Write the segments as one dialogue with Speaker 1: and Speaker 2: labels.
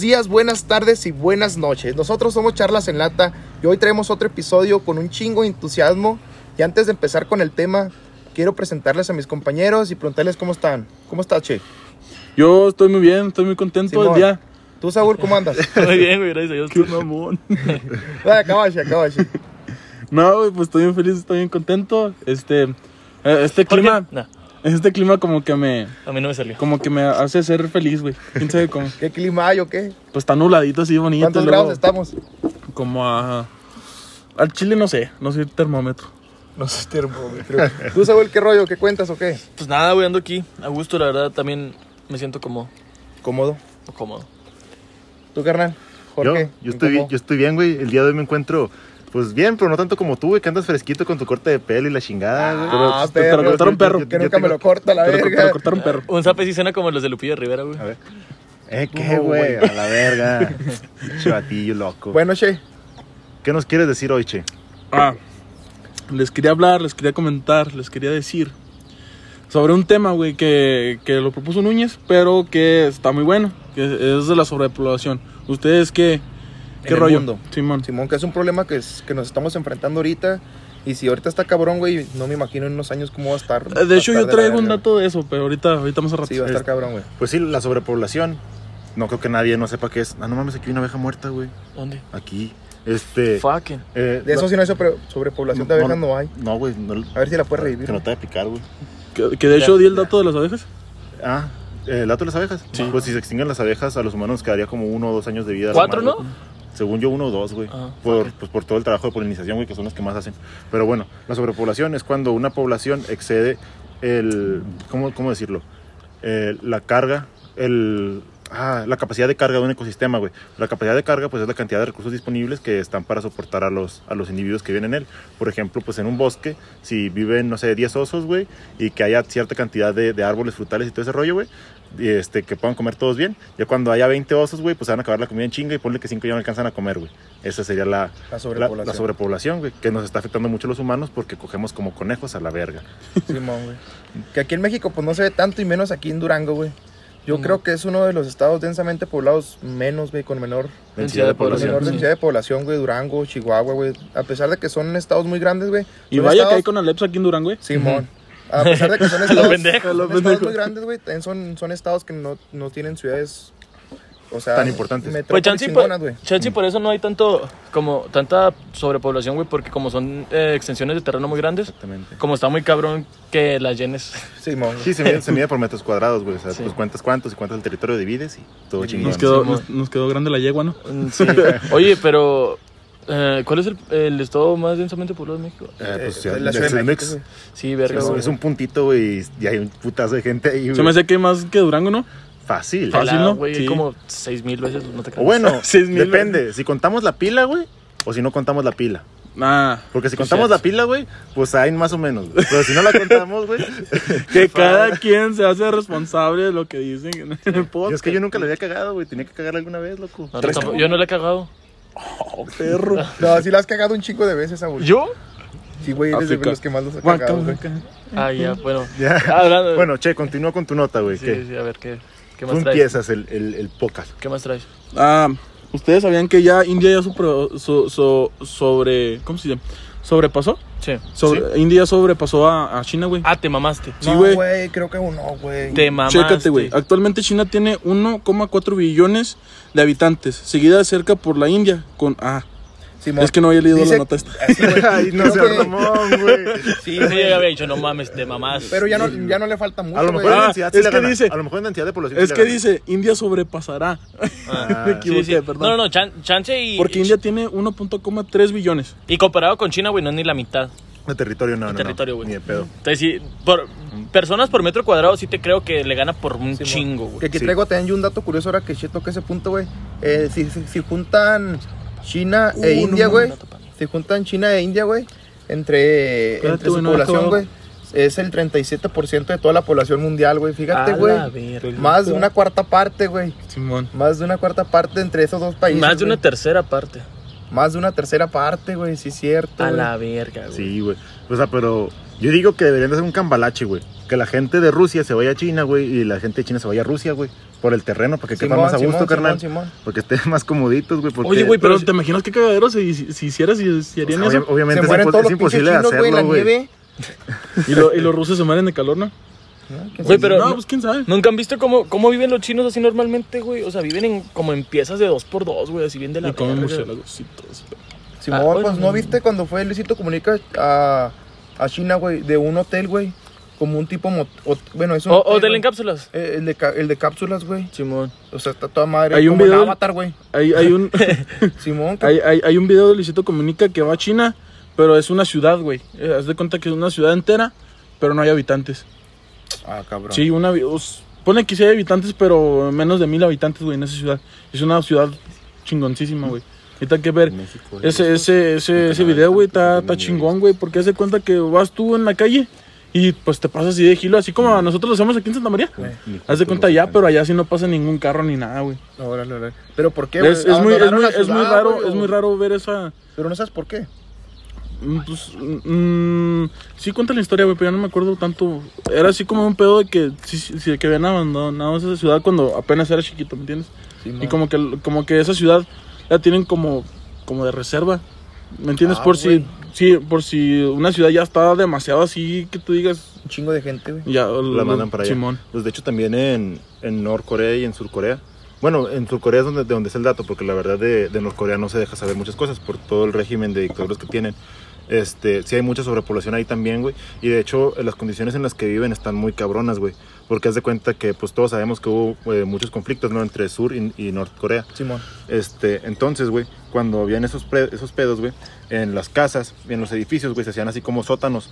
Speaker 1: días, buenas tardes y buenas noches. Nosotros somos Charlas en Lata y hoy traemos otro episodio con un chingo de entusiasmo. Y antes de empezar con el tema, quiero presentarles a mis compañeros y preguntarles cómo están. ¿Cómo estás, Che?
Speaker 2: Yo estoy muy bien, estoy muy contento
Speaker 1: Simón.
Speaker 2: el día.
Speaker 1: ¿Tú, Saúl, cómo andas?
Speaker 3: Muy bien, güey, gracias a Dios.
Speaker 2: Qué mamón.
Speaker 1: Dale, acabache, acabache.
Speaker 2: No, güey, pues estoy bien feliz, estoy bien contento. Este eh, este
Speaker 3: Jorge,
Speaker 2: clima,
Speaker 3: No,
Speaker 2: este clima como que me
Speaker 3: a mí no me salió.
Speaker 2: como que me hace ser feliz, güey. Quién sabe cómo.
Speaker 1: ¿Qué clima hay o qué?
Speaker 2: Pues está nubladito así bonito.
Speaker 1: ¿Cuántos
Speaker 2: luego
Speaker 1: grados estamos?
Speaker 2: Como a al chile no sé, no sé el termómetro.
Speaker 1: No sé, ¿Tú, Saúl, qué rollo? ¿Qué cuentas o qué?
Speaker 3: Pues nada, güey, ando aquí. A gusto, la verdad, también me siento como
Speaker 1: Cómodo.
Speaker 3: cómodo.
Speaker 1: ¿Tú, carnal?
Speaker 4: Yo,
Speaker 1: Jorge.
Speaker 4: yo estoy bien, yo estoy bien, güey. El día de hoy me encuentro, pues bien, pero no tanto como tú, güey, que andas fresquito con tu corte de pelo y la chingada, güey.
Speaker 1: Ah,
Speaker 2: te- te lo
Speaker 1: perro,
Speaker 2: cortaron, perro.
Speaker 1: Que
Speaker 4: Yo
Speaker 1: nunca
Speaker 4: tengo-
Speaker 1: me lo corta la
Speaker 2: Te lo, cor- te
Speaker 1: verga.
Speaker 2: lo cortaron perro.
Speaker 3: Un zape sí suena como los de Lupillo Rivera, güey.
Speaker 4: pues, A ver. Eh, ¿qué, güey? A la verga. Chivatillo, loco.
Speaker 1: Bueno, Che,
Speaker 4: ¿Qué nos quieres decir hoy, che?
Speaker 2: Ah, les quería hablar, les quería comentar, les quería decir sobre un tema, güey, que, que lo propuso Núñez, pero que está muy bueno, que es de la sobrepoblación. ¿Ustedes qué,
Speaker 1: En
Speaker 2: qué
Speaker 1: el
Speaker 2: rollo?
Speaker 1: mundo.
Speaker 2: Simón.
Speaker 1: Simón, que es un problema que, es- que nos estamos enfrentando ahorita. Y si ahorita está cabrón, güey, no me imagino en unos años cómo va a estar.
Speaker 2: Eh, De hecho,
Speaker 1: va a estar
Speaker 2: yo
Speaker 1: la
Speaker 2: traigo un
Speaker 1: verga,
Speaker 2: dato de eso, pero ahorita, ahorita más a rato.
Speaker 1: güey. Sí, va a estar cabrón, güey.
Speaker 4: Pues sí, la sobrepoblación. No creo que nadie no sepa qué es. Ah, no mames, aquí hay una abeja muerta, güey.
Speaker 3: ¿Dónde?
Speaker 4: Aquí. Este.
Speaker 3: Fucking.
Speaker 4: eh,
Speaker 1: De eso sí no hay sobre, sobrepoblación de abejas, no hay.
Speaker 4: No, güey. No,
Speaker 1: A ver si la puedes
Speaker 4: que
Speaker 1: revivir.
Speaker 4: no te va a picar, güey.
Speaker 2: que, que de hecho di el dato de las abejas.
Speaker 4: Ah, eh, ¿el dato de las abejas? Sí. Pues si se extinguen las abejas, a los humanos quedaría como uno o dos años de vida.
Speaker 3: ¿Cuatro,
Speaker 4: Lo más,
Speaker 3: no?
Speaker 4: güey. Según yo, uno o dos, güey.
Speaker 3: Ah,
Speaker 4: por, pues, por todo el trabajo de polinización, güey, que son las que más hacen. Pero bueno, la sobrepoblación es cuando una población excede el. ¿Cómo, cómo decirlo? Eh, la carga, el. ah, la capacidad de carga de un ecosistema, güey. La capacidad de carga, pues, es la cantidad de recursos disponibles que están para soportar a los, a los individuos que viven en él. Por ejemplo, pues, en un bosque, si viven, no sé, 10 osos, güey, y que haya cierta cantidad de, de árboles frutales y todo ese rollo, güey, y, este, que puedan comer todos bien. Ya cuando haya 20 osos, güey, pues se van a acabar la comida en chinga y ponle que 5 ya no alcanzan a comer, güey. Esa sería la,
Speaker 1: La
Speaker 4: la,
Speaker 1: sobrepoblación.
Speaker 4: la sobrepoblación, güey, que nos está afectando mucho a los humanos porque cogemos como conejos a la verga.
Speaker 1: Simón, güey. Que aquí en México, pues no se ve tanto y menos aquí en Durango, güey. Yo
Speaker 3: Mm.
Speaker 1: creo que es uno de los estados densamente poblados menos, güey, con menor
Speaker 3: Densidad de
Speaker 1: Con
Speaker 3: población.
Speaker 1: menor
Speaker 3: Sí.
Speaker 1: densidad de población, güey, Durango, Chihuahua, güey. A pesar de que son estados muy grandes, güey.
Speaker 2: Y
Speaker 1: son
Speaker 2: vaya que
Speaker 1: estados-
Speaker 2: hay con Alepsa aquí en Durango, eh. güey.
Speaker 1: Simón. A pesar de que son estados,
Speaker 3: pendejo,
Speaker 1: son
Speaker 2: lo
Speaker 1: estados
Speaker 2: pendejo.
Speaker 1: muy grandes, güey, también son, son estados que no, no tienen ciudades, o sea,
Speaker 4: Tan importantes.
Speaker 3: Pues
Speaker 1: metrópolis
Speaker 3: Chansi,
Speaker 1: chingonas, güey.
Speaker 3: por, Chansi, por eso no hay tanto, como, tanta sobrepoblación, güey, porque como son eh, extensiones de terreno muy grandes,
Speaker 4: Exactamente.
Speaker 3: como está muy cabrón que las llenes.
Speaker 1: Simón, güey.
Speaker 4: Sí, se mide, se mide por metros cuadrados, güey. O sea,
Speaker 3: Sí.
Speaker 4: pues cuentas cuántos y cuántos el territorio divides y todo
Speaker 1: Y
Speaker 4: chingón. Eh,
Speaker 2: Nos quedó,
Speaker 3: Simón.
Speaker 2: nos, nos quedó grande la yegua, ¿no?
Speaker 3: Mm, sí. Oye, pero, eh, ¿cuál es el, el estado más densamente poblado de México?
Speaker 4: Eh, pues,
Speaker 1: Eh,
Speaker 4: sí,
Speaker 1: la
Speaker 4: es
Speaker 1: Ciudad de
Speaker 4: el
Speaker 1: México,
Speaker 4: mix.
Speaker 1: güey.
Speaker 3: Sí, verga,
Speaker 4: Es,
Speaker 3: güey.
Speaker 4: es un puntito, güey, y- y hay un putazo de gente ahí,
Speaker 2: Se me
Speaker 4: güey.
Speaker 2: hace que hay más que Durango, ¿no?
Speaker 4: Fácil.
Speaker 2: Fácil.
Speaker 3: Pelado,
Speaker 2: ¿no?
Speaker 3: güey,
Speaker 2: Sí.
Speaker 3: como seis mil veces, no te
Speaker 4: O
Speaker 3: creas.
Speaker 4: bueno,
Speaker 2: Seis mil,
Speaker 4: depende. Si contamos la pila, güey, o si no contamos la pila.
Speaker 2: Ah,
Speaker 4: Porque si
Speaker 2: Pues
Speaker 4: contamos
Speaker 2: sí.
Speaker 4: la pila, güey, pues hay más o menos. güey. Pero si no la contamos, güey.
Speaker 2: que cada quien se hace responsable de lo que dicen en el podcast.
Speaker 4: Y es que yo nunca la había cagado, güey. Tenía que cagarla alguna vez, loco.
Speaker 3: No, no, tampoco- yo no le he cagado.
Speaker 2: perro.
Speaker 1: No, sí la has cagado un chico de veces, Saúl.
Speaker 3: ¿Yo?
Speaker 1: Sí, güey, eres de
Speaker 2: África.
Speaker 1: los que más los has
Speaker 2: Guaca,
Speaker 1: cagado, güey.
Speaker 2: guaca.
Speaker 3: Ah, ya, bueno. Ah,
Speaker 4: Ya.
Speaker 3: Hablando.
Speaker 4: eh. Bueno, che, continúa con tu nota, güey.
Speaker 3: sí,
Speaker 4: que
Speaker 3: sí, a ver, ¿qué, qué
Speaker 4: Tú
Speaker 3: más traes?
Speaker 4: empiezas el, el, el podcast.
Speaker 3: ¿Qué más traes?
Speaker 2: Ah, ¿ustedes sabían que ya India ya supro- so- so- sobre... ¿Cómo se dice? ¿Sobrepasó?
Speaker 3: Sí.
Speaker 2: Sobre, India ya sobrepasó a, a China, güey.
Speaker 3: Ah, te mamaste.
Speaker 2: Sí,
Speaker 1: no,
Speaker 2: güey.
Speaker 1: güey, creo que uno, güey.
Speaker 3: Te mamaste.
Speaker 2: Chécate, güey.
Speaker 3: este.
Speaker 2: Actualmente China tiene 1,4 billones de habitantes, seguida de cerca por la India con... Ah,
Speaker 1: Simón.
Speaker 2: es que no había leído
Speaker 1: Dice-
Speaker 2: la nota esta.
Speaker 1: Así, güey.
Speaker 4: Ay, no
Speaker 1: Creo
Speaker 4: seas
Speaker 1: que-
Speaker 4: mamón, güey.
Speaker 1: Sí,
Speaker 3: Yo sí
Speaker 1: güey.
Speaker 3: ya había dicho, no mames, te mamaste.
Speaker 1: Pero ya no, ya no le falta mucho,
Speaker 4: A lo
Speaker 1: güey.
Speaker 4: mejor en
Speaker 2: Ah,
Speaker 4: densidad sí
Speaker 2: es
Speaker 4: le
Speaker 2: que
Speaker 4: gana.
Speaker 2: dice-
Speaker 4: A lo mejor en densidad de población
Speaker 2: Es
Speaker 4: sí le
Speaker 2: que
Speaker 4: gana.
Speaker 2: dice, India sobrepasará.
Speaker 4: Ah,
Speaker 2: Me equivoqué, perdón.
Speaker 3: No, no, no, chan- chance y.
Speaker 2: Porque
Speaker 3: y-
Speaker 2: India tiene 1,3 billones.
Speaker 3: Y comparado con China, güey, no es ni la mitad.
Speaker 4: De territorio, no, no, no.
Speaker 3: territorio, güey.
Speaker 4: Ni de pedo.
Speaker 3: Entonces, sí, por personas por metro cuadrado, sí te creo que le gana por un
Speaker 1: Simón.
Speaker 3: chingo, güey.
Speaker 1: Que aquí
Speaker 4: Sí.
Speaker 1: traigo también yo un dato curioso ahora que che toca ese punto, güey. Eh, si, si, si juntan China
Speaker 2: Uh,
Speaker 1: e
Speaker 2: no
Speaker 1: India,
Speaker 2: mames,
Speaker 1: güey.
Speaker 3: dato pa' mí.
Speaker 1: Si juntan China e India, güey. Entre,
Speaker 2: Espérate,
Speaker 1: entre su
Speaker 2: güey, no,
Speaker 1: población,
Speaker 2: acabo.
Speaker 1: güey. Es el 37% de toda la población mundial, güey. Fíjate,
Speaker 3: A
Speaker 1: güey.
Speaker 3: la verga.
Speaker 1: Más de una cuarta parte, güey.
Speaker 2: Simón.
Speaker 1: Más de una cuarta parte entre esos dos países.
Speaker 3: Más de una
Speaker 1: güey.
Speaker 3: tercera parte.
Speaker 1: Más de una tercera parte, güey. Sí, es cierto.
Speaker 3: A
Speaker 1: güey.
Speaker 3: la verga, güey.
Speaker 4: Sí, güey. O sea, pero yo digo que deberían de hacer un cambalache, güey. Que la gente de Rusia se vaya a China, güey, y la gente de China se vaya a Rusia, güey. por el terreno, para que quepan
Speaker 1: Simón,
Speaker 4: más a gusto,
Speaker 1: Simón,
Speaker 4: carnal.
Speaker 1: Simón, Simón.
Speaker 4: Porque estén más comoditos, güey. porque-
Speaker 2: Oye, güey, pero
Speaker 4: o
Speaker 2: ¿te imaginas qué cagadero si, si, si hicieras y si
Speaker 4: sea,
Speaker 2: harían
Speaker 3: Pues,
Speaker 4: obvia-
Speaker 2: eso?
Speaker 1: Se
Speaker 4: obviamente es,
Speaker 1: mueren
Speaker 4: impo-
Speaker 1: todos
Speaker 4: es
Speaker 1: los pinches
Speaker 4: imposible de
Speaker 1: chinos, güey, en la
Speaker 4: hacerlo, güey.
Speaker 1: nieve.
Speaker 2: Y, lo- y los rusos se mueren de calor, ¿no?
Speaker 3: Güey, pero
Speaker 2: no,
Speaker 3: no-
Speaker 2: pues quién sabe.
Speaker 3: nunca han visto cómo, cómo viven los chinos así normalmente, güey. O sea, viven en, como en piezas de dos por dos, güey. Así bien de la
Speaker 2: y comen
Speaker 3: verga.
Speaker 2: murciélagos y todo eso.
Speaker 1: Simón,
Speaker 3: Ah,
Speaker 1: pues
Speaker 3: bueno.
Speaker 1: no viste cuando fue Luisito Comunica a, a China, güey, de un hotel, güey. Como un tipo. mot- hot- bueno, es un.
Speaker 3: O, o
Speaker 1: hotel,
Speaker 3: del
Speaker 1: güey.
Speaker 3: en cápsulas.
Speaker 1: Eh, el, de ca- el de cápsulas, güey.
Speaker 3: Simón.
Speaker 1: O sea, está toda madre.
Speaker 2: Hay un
Speaker 1: como en
Speaker 2: video-
Speaker 1: Avatar, güey.
Speaker 2: Hay, hay, un,
Speaker 1: Simón, que-
Speaker 2: hay, hay, hay un video de Luisito Comunica que va a China, pero es una ciudad, güey. Eh, Haz de cuenta que es una ciudad entera, pero no hay habitantes.
Speaker 1: Ah, cabrón.
Speaker 2: Sí, una. vi- os- Pone que sí hay habitantes, pero menos de mil habitantes, güey, en esa ciudad. Es una ciudad chingoncísima, güey. Ahorita hay que ver.
Speaker 4: En México,
Speaker 2: Ese, ese, ese, ese video, güey, está, está chingón, güey, porque hace cuenta que vas tú en la calle y pues te pasas así de gilo, así como nosotros lo hacemos aquí en Santa María.
Speaker 4: Mm. ni-
Speaker 2: Haz de cuenta allá, pero allá sí no pasa ningún carro ni nada, güey.
Speaker 1: Órale, órale. Pero ¿por qué, güey?
Speaker 2: Es, es muy, es,
Speaker 1: Abandonaron
Speaker 2: muy,
Speaker 1: la
Speaker 2: es muy
Speaker 1: ciudad,
Speaker 2: raro,
Speaker 1: güey,
Speaker 2: es
Speaker 1: o-
Speaker 2: muy raro ver esa...
Speaker 1: Pero no sabes por qué.
Speaker 2: mm, Pues, mm, sí cuenta la historia, güey, pero ya no me acuerdo tanto. Era así como un pedo de que, sí, sí, sí, que habían abandonado esa ciudad cuando apenas era chiquito, ¿me entiendes? Y como que, como que esa ciudad la tienen como, como de reserva. ¿Me entiendes?
Speaker 1: Ah,
Speaker 2: por si,
Speaker 1: güey.
Speaker 2: sí, por si una ciudad ya está demasiado así que tú digas,
Speaker 1: Un chingo de gente, güey.
Speaker 2: ya
Speaker 4: La mandan para allá.
Speaker 2: Simón.
Speaker 4: Pues de hecho también en, en Norcorea y en Surcorea. Bueno, en Surcorea es donde, de donde es el dato, porque la verdad de, de Norcorea no se deja saber muchas cosas por todo el régimen de dictadores que tienen. Este, sí hay mucha sobrepoblación ahí también, güey. Y de hecho, eh, las condiciones en las que viven están muy cabronas, güey. Porque haz de cuenta que, pues todos sabemos que hubo eh, muchos conflictos, ¿no? Entre Sur y, y Norcorea.
Speaker 1: Simón.
Speaker 4: Este, entonces, güey, cuando habían esos, pre- esos pedos, güey, en las casas, en los edificios, güey, se hacían así como sótanos.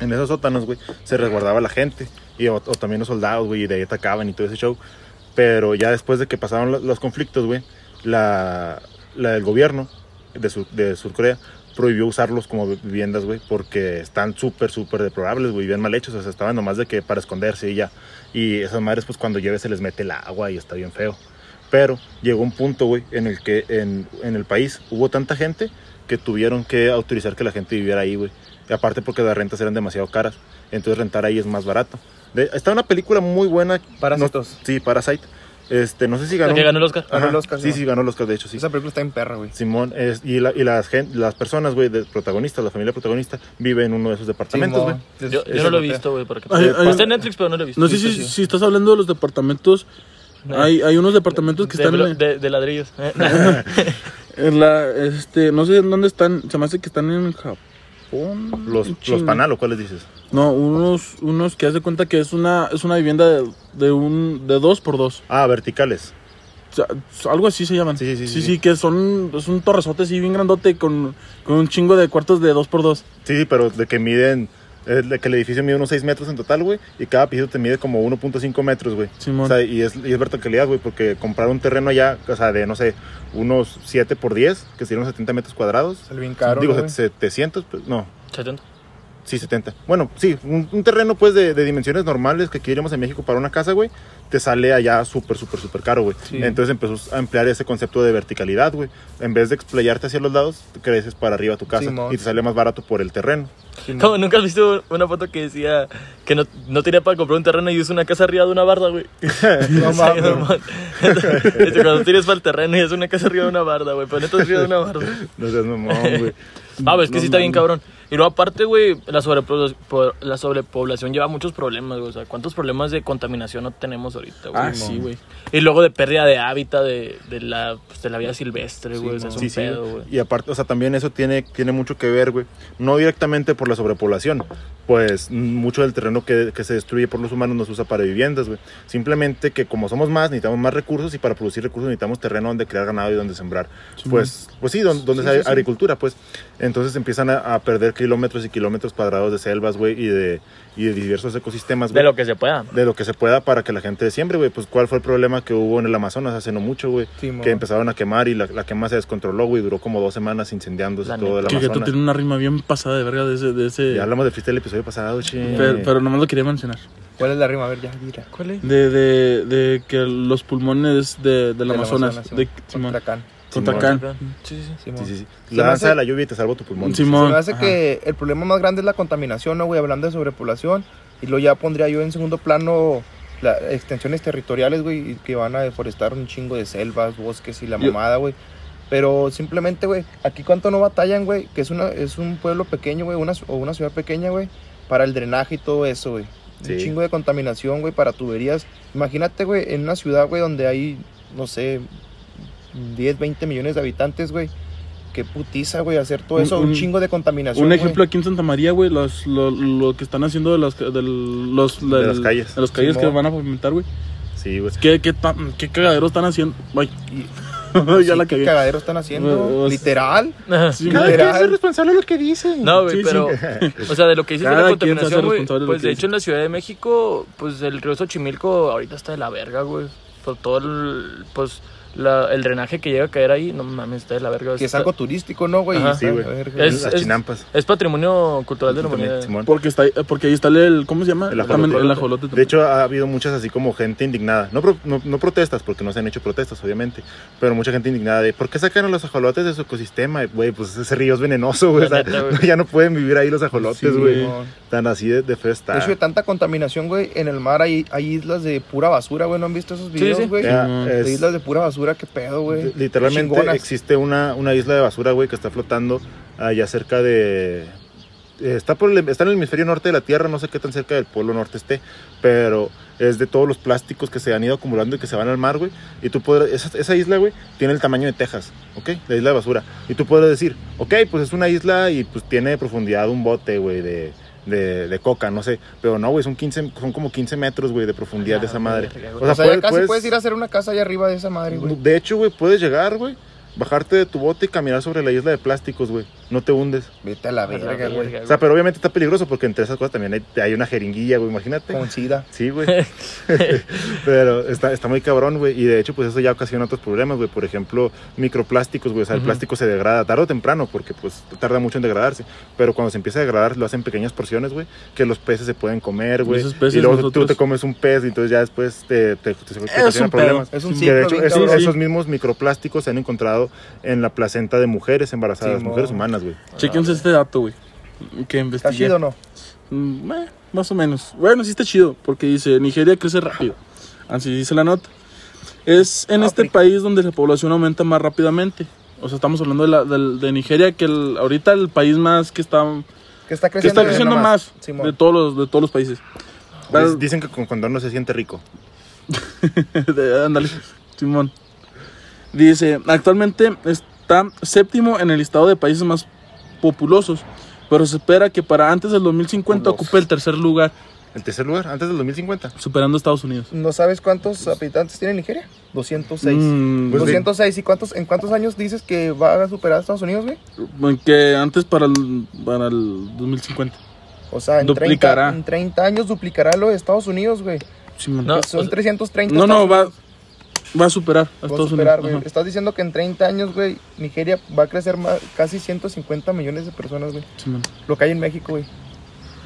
Speaker 4: En esos sótanos, güey, se resguardaba la gente. Y, o, o también los soldados, güey, y de ahí atacaban y todo ese show. Pero ya después de que pasaron lo- los conflictos, güey, la, la- el gobierno de, Sur, de Surcorea prohibió usarlos como vi- viviendas, güey, porque están súper, súper deplorables, güey, bien mal hechos. O sea, estaban nomás de que para esconderse y ya. Y esas madres, pues cuando llueve se les mete el agua y está bien feo. Pero llegó un punto, güey, en el que en, en el país hubo tanta gente que tuvieron que autorizar que la gente viviera ahí, güey. Y Aparte porque las rentas eran demasiado caras. Entonces rentar ahí es más barato. De- está una película muy buena.
Speaker 1: Parásitos.
Speaker 4: no- sí, Parasite. Este, no sé si ganó.
Speaker 3: La que ganó el Oscar.
Speaker 4: Ajá,
Speaker 1: Ganó el Oscar,
Speaker 4: Sí,
Speaker 1: sí.
Speaker 4: sí, ganó el Oscar, de hecho, sí.
Speaker 1: Esa película está en perra, güey.
Speaker 4: Simón, es, y, la- y las, gen- las personas, güey, de protagonistas, la familia protagonista, vive en uno de esos departamentos, güey.
Speaker 3: Yo, yo
Speaker 1: Esa
Speaker 3: no lo
Speaker 1: película.
Speaker 3: he visto, güey. Porque...
Speaker 2: Ay, ay,
Speaker 3: Está en Netflix, pero no lo he visto.
Speaker 2: No sé
Speaker 1: Sí,
Speaker 2: si,
Speaker 1: sí, sí.
Speaker 2: si estás hablando de los departamentos.
Speaker 3: No.
Speaker 2: Hay, hay unos departamentos que
Speaker 3: de,
Speaker 2: están
Speaker 3: blo-
Speaker 2: en,
Speaker 3: de- de ladrillos. Eh,
Speaker 2: en la, este, no sé en dónde están, se me hace que están en Japón.
Speaker 4: Los,
Speaker 2: en China.
Speaker 4: los panal, ¿o cuáles dices?
Speaker 2: No, unos, unos que haz de cuenta que es una, es una vivienda de, de un, de dos por dos.
Speaker 4: Ah, verticales.
Speaker 2: O sea, algo así se llaman.
Speaker 4: Sí, sí, sí,
Speaker 2: Sí,
Speaker 4: sí, sí.
Speaker 2: que son, es un torrezote así bien grandote con, con un chingo de cuartos de dos por dos.
Speaker 4: Sí, sí, pero de que miden, eh, de que el edificio mide unos 6 metros en total, güey, y cada piso te mide como 1.5 metros, güey.
Speaker 2: Simón.
Speaker 4: O sea, y es, y es verticalidad, güey, porque comprar un terreno allá, o sea, de, no sé, unos 7 por 10, que serían unos 70 metros cuadrados.
Speaker 1: Sale bien caro,
Speaker 4: Digo,
Speaker 1: güey.
Speaker 4: 700, pues, no,
Speaker 3: Chatón.
Speaker 4: Sí, 70. Bueno, sí, un, un terreno pues de, de dimensiones normales que aquí iríamos en México para una casa, güey, te sale allá súper, súper, súper caro, güey.
Speaker 1: Sí.
Speaker 4: Entonces empezó a emplear ese concepto de verticalidad, güey. En vez de explayarte hacia los lados, te creces para arriba tu casa
Speaker 1: Simón.
Speaker 4: y te sale más barato por el terreno.
Speaker 3: ¿Cómo? ¿Nunca has visto una foto que decía que no, no tenía para comprar un terreno y hizo una casa arriba de una barda, güey?
Speaker 1: No
Speaker 3: O sea,
Speaker 1: mames.
Speaker 3: normal. De hecho, Cuando tienes para el terreno y es una casa arriba de una barda, güey. Pero neta es arriba de una barda.
Speaker 4: No seas mamón, güey.
Speaker 3: Ah, pues es que
Speaker 4: No
Speaker 3: sí está bien
Speaker 4: mames.
Speaker 3: cabrón. Y luego aparte, güey, la, sobrepobla- po- la sobrepoblación lleva muchos problemas, güey. O sea, ¿cuántos problemas de contaminación no tenemos ahorita, güey?
Speaker 2: ah, sí, güey.
Speaker 3: Y luego de pérdida de hábitat de, de la, pues, de la vida silvestre, güey. o sea, es un
Speaker 4: Sí, sí,
Speaker 3: pedo,
Speaker 4: güey.
Speaker 3: güey.
Speaker 4: Y aparte, o sea, también eso tiene, tiene mucho que ver, güey. No directamente por la sobrepoblación, pues mm, mucho del terreno que, que se destruye por los humanos no se usa para viviendas, güey. Simplemente que como somos más, necesitamos más recursos y para producir recursos necesitamos terreno donde crear ganado y donde sembrar. Pues, pues sí, don- donde, hay agricultura, pues. Entonces empiezan a, a perder kilómetros y kilómetros cuadrados de selvas, güey, y de, y de diversos ecosistemas,
Speaker 3: De
Speaker 4: güey
Speaker 3: lo que se pueda.
Speaker 4: de lo que se pueda para que la gente siembre, güey. Pues, ¿cuál fue el problema que hubo en el Amazonas hace no mucho, güey?
Speaker 1: Simón.
Speaker 4: que empezaron a quemar y la, la quema se descontroló, güey. Duró como dos semanas incendiándose
Speaker 3: La
Speaker 4: todo el
Speaker 2: Que tú
Speaker 4: Amazonas.
Speaker 2: tiene una rima bien pasada de verga de ese... De ese
Speaker 4: Ya hablamos de freestyle el episodio pasado, che.
Speaker 2: pero, pero nomás lo quería mencionar.
Speaker 1: ¿Cuál es la rima? A ver, ya, mira.
Speaker 3: ¿Cuál es?
Speaker 2: De, de, de que los pulmones de, del
Speaker 1: Del
Speaker 2: Amazonas. de
Speaker 1: Simón.
Speaker 2: Simón.
Speaker 1: Cotlacán,
Speaker 2: Cotlacán.
Speaker 3: Sí, sí, sí.
Speaker 1: Simón.
Speaker 4: Sí, sí, sí.
Speaker 1: Se
Speaker 4: La
Speaker 1: me
Speaker 4: danza
Speaker 1: hace-
Speaker 4: de la lluvia y te salvo tu pulmón.
Speaker 1: Se
Speaker 2: Simón.
Speaker 1: me hace
Speaker 2: ajá.
Speaker 1: que el problema más grande es la contaminación, ¿no, güey? Hablando de sobrepoblación. Y luego ya pondría yo en segundo plano la- extensiones territoriales, güey, y que van a deforestar un chingo de selvas, bosques y la
Speaker 2: Yo-
Speaker 1: mamada, güey. Pero simplemente, güey, aquí cuánto no batallan, güey, que es, una, es un pueblo pequeño, güey, una, ci- o una ciudad pequeña, güey, para el drenaje y todo eso, güey.
Speaker 4: Sí.
Speaker 1: Un chingo de contaminación, güey, para tuberías. Imagínate, güey, en una ciudad, güey, donde hay, no sé, 10, 20 millones de habitantes, güey. Qué putiza, güey, hacer todo
Speaker 2: Un-
Speaker 1: eso, un,
Speaker 2: un-
Speaker 1: chingo de contaminación.
Speaker 2: Un
Speaker 1: güey.
Speaker 2: ejemplo aquí en Santa María, güey, los- lo, lo que están haciendo de las, de los,
Speaker 4: De las calles.
Speaker 2: De las calles que
Speaker 1: Simón.
Speaker 2: van a pavimentar, güey.
Speaker 4: Sí, güey.
Speaker 2: ¿Qué, qué, tan- qué cagadero están haciendo? Ay,
Speaker 1: Y-
Speaker 2: ya
Speaker 1: Sí,
Speaker 2: la
Speaker 1: ¿qué
Speaker 2: cagué.
Speaker 1: cagadero están haciendo?
Speaker 2: O sea-
Speaker 1: Literal.
Speaker 2: Sí,
Speaker 1: Cada
Speaker 2: güey.
Speaker 1: quien se es
Speaker 4: responsable de lo que dice.
Speaker 3: No, güey,
Speaker 2: Sí, sí.
Speaker 3: pero. O sea, de lo que dices de la
Speaker 2: Cada quien se hace
Speaker 3: contaminación, güey.
Speaker 2: responsable de lo
Speaker 3: Pues
Speaker 2: que
Speaker 3: de
Speaker 2: dice.
Speaker 3: hecho, en la Ciudad de México, pues el río Xochimilco ahorita está de la verga, güey. Por todo el. Pues la- el drenaje que llega a caer ahí, no mames, está de la verga.
Speaker 1: Que es
Speaker 3: Está-
Speaker 1: algo turístico, ¿no, güey?
Speaker 3: Ajá.
Speaker 4: Sí, güey.
Speaker 1: A ver, güey.
Speaker 3: Es-
Speaker 4: Las
Speaker 3: es-
Speaker 4: chinampas.
Speaker 3: Es patrimonio cultural de la
Speaker 4: También,
Speaker 3: humanidad.
Speaker 4: Simón.
Speaker 2: Porque, está, ahí- porque ahí está el. ¿Cómo se llama?
Speaker 4: El ajolote.
Speaker 2: También el ajolote.
Speaker 4: De hecho, ha habido muchas así como gente indignada. No, pro- no, no protestas, porque no se han hecho protestas, obviamente. Pero mucha gente indignada de ¿por qué sacaron los ajolotes de su ecosistema? Y, Güey, pues ese río es venenoso, güey.
Speaker 3: La
Speaker 4: o sea,
Speaker 3: neta, güey.
Speaker 4: ya no pueden vivir ahí los ajolotes,
Speaker 2: Sí,
Speaker 4: güey.
Speaker 2: güey.
Speaker 4: Tan así de, de feo está.
Speaker 1: De hecho, de tanta contaminación, güey, en el mar hay, hay islas de pura basura, güey. ¿No han visto esos
Speaker 3: sí.
Speaker 1: videos, güey?
Speaker 4: Ya,
Speaker 2: Simón.
Speaker 1: De
Speaker 4: es-
Speaker 1: islas de pura basura, qué pedo, güey.
Speaker 4: Literalmente
Speaker 1: Chingonas.
Speaker 4: existe una, una isla de basura, güey, que está flotando allá cerca de... eh, Está, por el- está en el hemisferio norte de la Tierra, no sé qué tan cerca del polo norte esté, pero es de todos los plásticos que se han ido acumulando y que se van al mar, güey. Y tú podrás, esa, esa isla, güey, tiene el tamaño de Texas, ¿ok? La isla de basura. Y tú podrás decir, ok, pues es una isla y pues tiene de profundidad un bote, güey, de, de, de coca, no sé. Pero no, güey, son, 15, son como 15 metros, güey, de
Speaker 1: Ah,
Speaker 4: profundidad de esa madre.
Speaker 1: O sea, ya
Speaker 4: puede-
Speaker 1: casi
Speaker 2: pues.
Speaker 4: puedes-
Speaker 1: puedes... ir a hacer una casa allá arriba de esa madre,
Speaker 2: Mm.
Speaker 1: güey.
Speaker 4: de hecho, güey, puedes llegar, güey, bajarte de tu bote y caminar sobre la isla de plásticos, güey. No te hundes.
Speaker 1: Vete a la verga, güey.
Speaker 4: O sea, pero obviamente está peligroso porque entre esas cosas también hay, hay una jeringuilla, güey, imagínate.
Speaker 1: Con sida.
Speaker 4: Sí, güey. Pero está, está muy cabrón, güey. Y de hecho, pues eso ya ocasiona otros problemas, güey. Por ejemplo, microplásticos, güey. O sea, el
Speaker 3: Ujú.
Speaker 4: plástico se degrada tarde o temprano porque, pues, tarda mucho en degradarse. Pero cuando se empieza a degradar, lo hacen pequeñas porciones, güey. Que los peces se pueden comer, güey.
Speaker 2: Esos peces
Speaker 4: Y luego tú
Speaker 2: nosotros-
Speaker 4: te comes un pez y entonces ya después te, te, te- te ocasiona
Speaker 2: un pedo.
Speaker 4: problemas.
Speaker 1: Es un
Speaker 2: Sí,
Speaker 4: Que
Speaker 1: ciclo,
Speaker 4: de hecho,
Speaker 1: bien
Speaker 4: esos,
Speaker 1: cabrón.
Speaker 4: esos mismos microplásticos se han encontrado en la placenta de mujeres embarazadas,
Speaker 1: Sí, mo.
Speaker 4: mujeres humanas, güey.
Speaker 2: Chequense este dato, güey. Que
Speaker 1: ah, ¿Está
Speaker 2: investigué.
Speaker 1: chido o no?
Speaker 2: Mm, eh, más o menos. Bueno, sí está chido, porque dice, Nigeria crece rápido. Así dice la nota. Es en este
Speaker 1: África.
Speaker 2: país donde la población aumenta más rápidamente. O sea, estamos hablando de, la- del- de Nigeria, que el- ahorita el país más que está,
Speaker 1: Que está
Speaker 2: que
Speaker 1: creciendo,
Speaker 2: está
Speaker 1: güey,
Speaker 2: creciendo
Speaker 1: nomás.
Speaker 2: más
Speaker 1: Simón.
Speaker 2: de, todos los, de todos los países.
Speaker 4: Dic- Dicen que con condón no se siente rico.
Speaker 2: De- Ándale, Simón. Dice, actualmente está séptimo en el listado de países más populosos, pero se espera que para antes del 2050
Speaker 4: Populosos.
Speaker 2: ocupe el tercer lugar,
Speaker 4: En tercer lugar, antes del 2050.
Speaker 2: superando a Estados Unidos.
Speaker 1: ¿No sabes cuántos habitantes tiene Nigeria? 206.
Speaker 2: Mm,
Speaker 4: Pues
Speaker 1: 206. ¿Y cuántos, en cuántos años dices que va a superar a Estados Unidos, güey?
Speaker 2: pues, que antes para el, para el 2050.
Speaker 1: O sea, en,
Speaker 2: Duplicará.
Speaker 1: 30, en 30 años duplicará lo de Estados Unidos, güey.
Speaker 2: Simón.
Speaker 3: No,
Speaker 2: No,
Speaker 1: Que son
Speaker 3: o sea-
Speaker 1: 330.
Speaker 2: no,
Speaker 1: Estados
Speaker 2: va,
Speaker 1: Unidos.
Speaker 2: va a superar
Speaker 1: Va
Speaker 2: a
Speaker 1: a
Speaker 2: Estados
Speaker 1: superar, güey.
Speaker 2: Unidos. ajá.
Speaker 1: Estás diciendo que en 30 años, güey, Nigeria va a crecer más, casi 150 millones de personas, güey.
Speaker 2: Simón.
Speaker 1: Lo que hay en México, güey.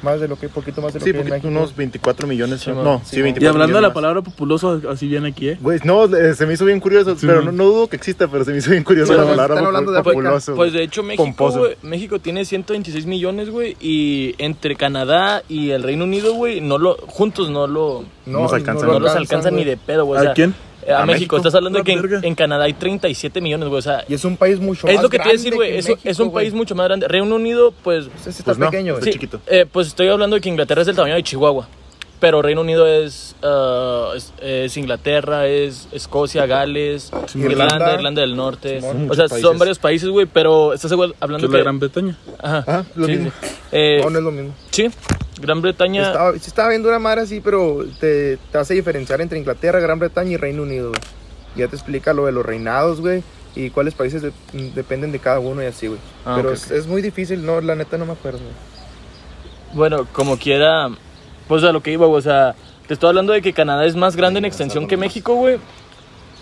Speaker 1: Más de lo que, poquito más de lo
Speaker 4: Sí,
Speaker 1: que hay en
Speaker 4: porque
Speaker 1: México.
Speaker 4: unos 24 millones.
Speaker 3: Sí,
Speaker 4: no,
Speaker 3: mo.
Speaker 1: Sí,
Speaker 4: sí,
Speaker 1: mo.
Speaker 4: 24
Speaker 2: Y hablando de la
Speaker 4: millones
Speaker 2: palabra populoso, así viene aquí, ¿eh?
Speaker 4: más. Güey, no, eh, se me hizo bien curioso,
Speaker 2: Sí,
Speaker 4: pero
Speaker 2: mo.
Speaker 4: no, no dudo que exista, pero pues, se me hizo bien curioso
Speaker 1: Pero
Speaker 4: la palabra
Speaker 1: están hablando de
Speaker 4: popul-
Speaker 1: África.
Speaker 4: populoso.
Speaker 3: Pues de hecho México,
Speaker 4: Pomposo.
Speaker 3: güey, México tiene 126 millones, güey, y entre Canadá y el Reino Unido, güey, no lo juntos no lo
Speaker 4: No nos alcanzan.
Speaker 3: no
Speaker 4: lo
Speaker 3: los alcanzan ni
Speaker 1: güey.
Speaker 3: de pedo, güey. o
Speaker 2: ¿A
Speaker 3: sea,
Speaker 2: quién?
Speaker 3: eh, A,
Speaker 4: A
Speaker 3: México.
Speaker 4: México.
Speaker 3: estás hablando
Speaker 2: La
Speaker 3: que en,
Speaker 2: verga.
Speaker 3: en Canadá hay 37 millones, güey, o sea,
Speaker 1: Y es un país mucho más
Speaker 3: es lo que te iba a
Speaker 1: grande
Speaker 3: decir, güey,
Speaker 1: que
Speaker 3: es, un-
Speaker 1: México,
Speaker 3: es un
Speaker 1: güey.
Speaker 3: país mucho más grande. Reino Unido, pues
Speaker 1: No sé si está
Speaker 4: Pues no,
Speaker 1: pequeño,
Speaker 4: está
Speaker 1: güey.
Speaker 3: Sí,
Speaker 4: chiquito.
Speaker 3: eh, pues estoy hablando de que Inglaterra es del tamaño de Chihuahua. Pero Reino Unido es, ah, es, es Inglaterra, es Escocia, Gales, Irlanda, Irlanda,
Speaker 1: Irlanda.
Speaker 3: del Norte.
Speaker 1: Son
Speaker 3: o
Speaker 4: muchos
Speaker 3: sea, son
Speaker 4: países.
Speaker 3: varios países, güey, pero estás igual
Speaker 2: Que
Speaker 3: hablando
Speaker 2: es la
Speaker 3: que...
Speaker 2: Gran Bretaña.
Speaker 3: Ajá,
Speaker 4: Ajá, Ah, lo
Speaker 3: sí,
Speaker 4: mismo.
Speaker 3: sí. Eh,
Speaker 1: No, no es lo mismo.
Speaker 3: sí, Gran Bretaña...
Speaker 1: Estaba, sí estaba viendo una madre así, pero te, te hace diferenciar entre Inglaterra, Gran Bretaña y Reino Unido, güey. Ya te explica lo de los reinados, güey, y cuáles países de- dependen de cada uno y así, güey.
Speaker 3: Ah,
Speaker 1: pero
Speaker 3: ok,
Speaker 1: es, es muy difícil, no, la neta no me acuerdo. güey.
Speaker 3: Bueno, como quiera, pues a lo que iba, güey, o sea, te estoy hablando de que Canadá es más grande en extensión que México, güey.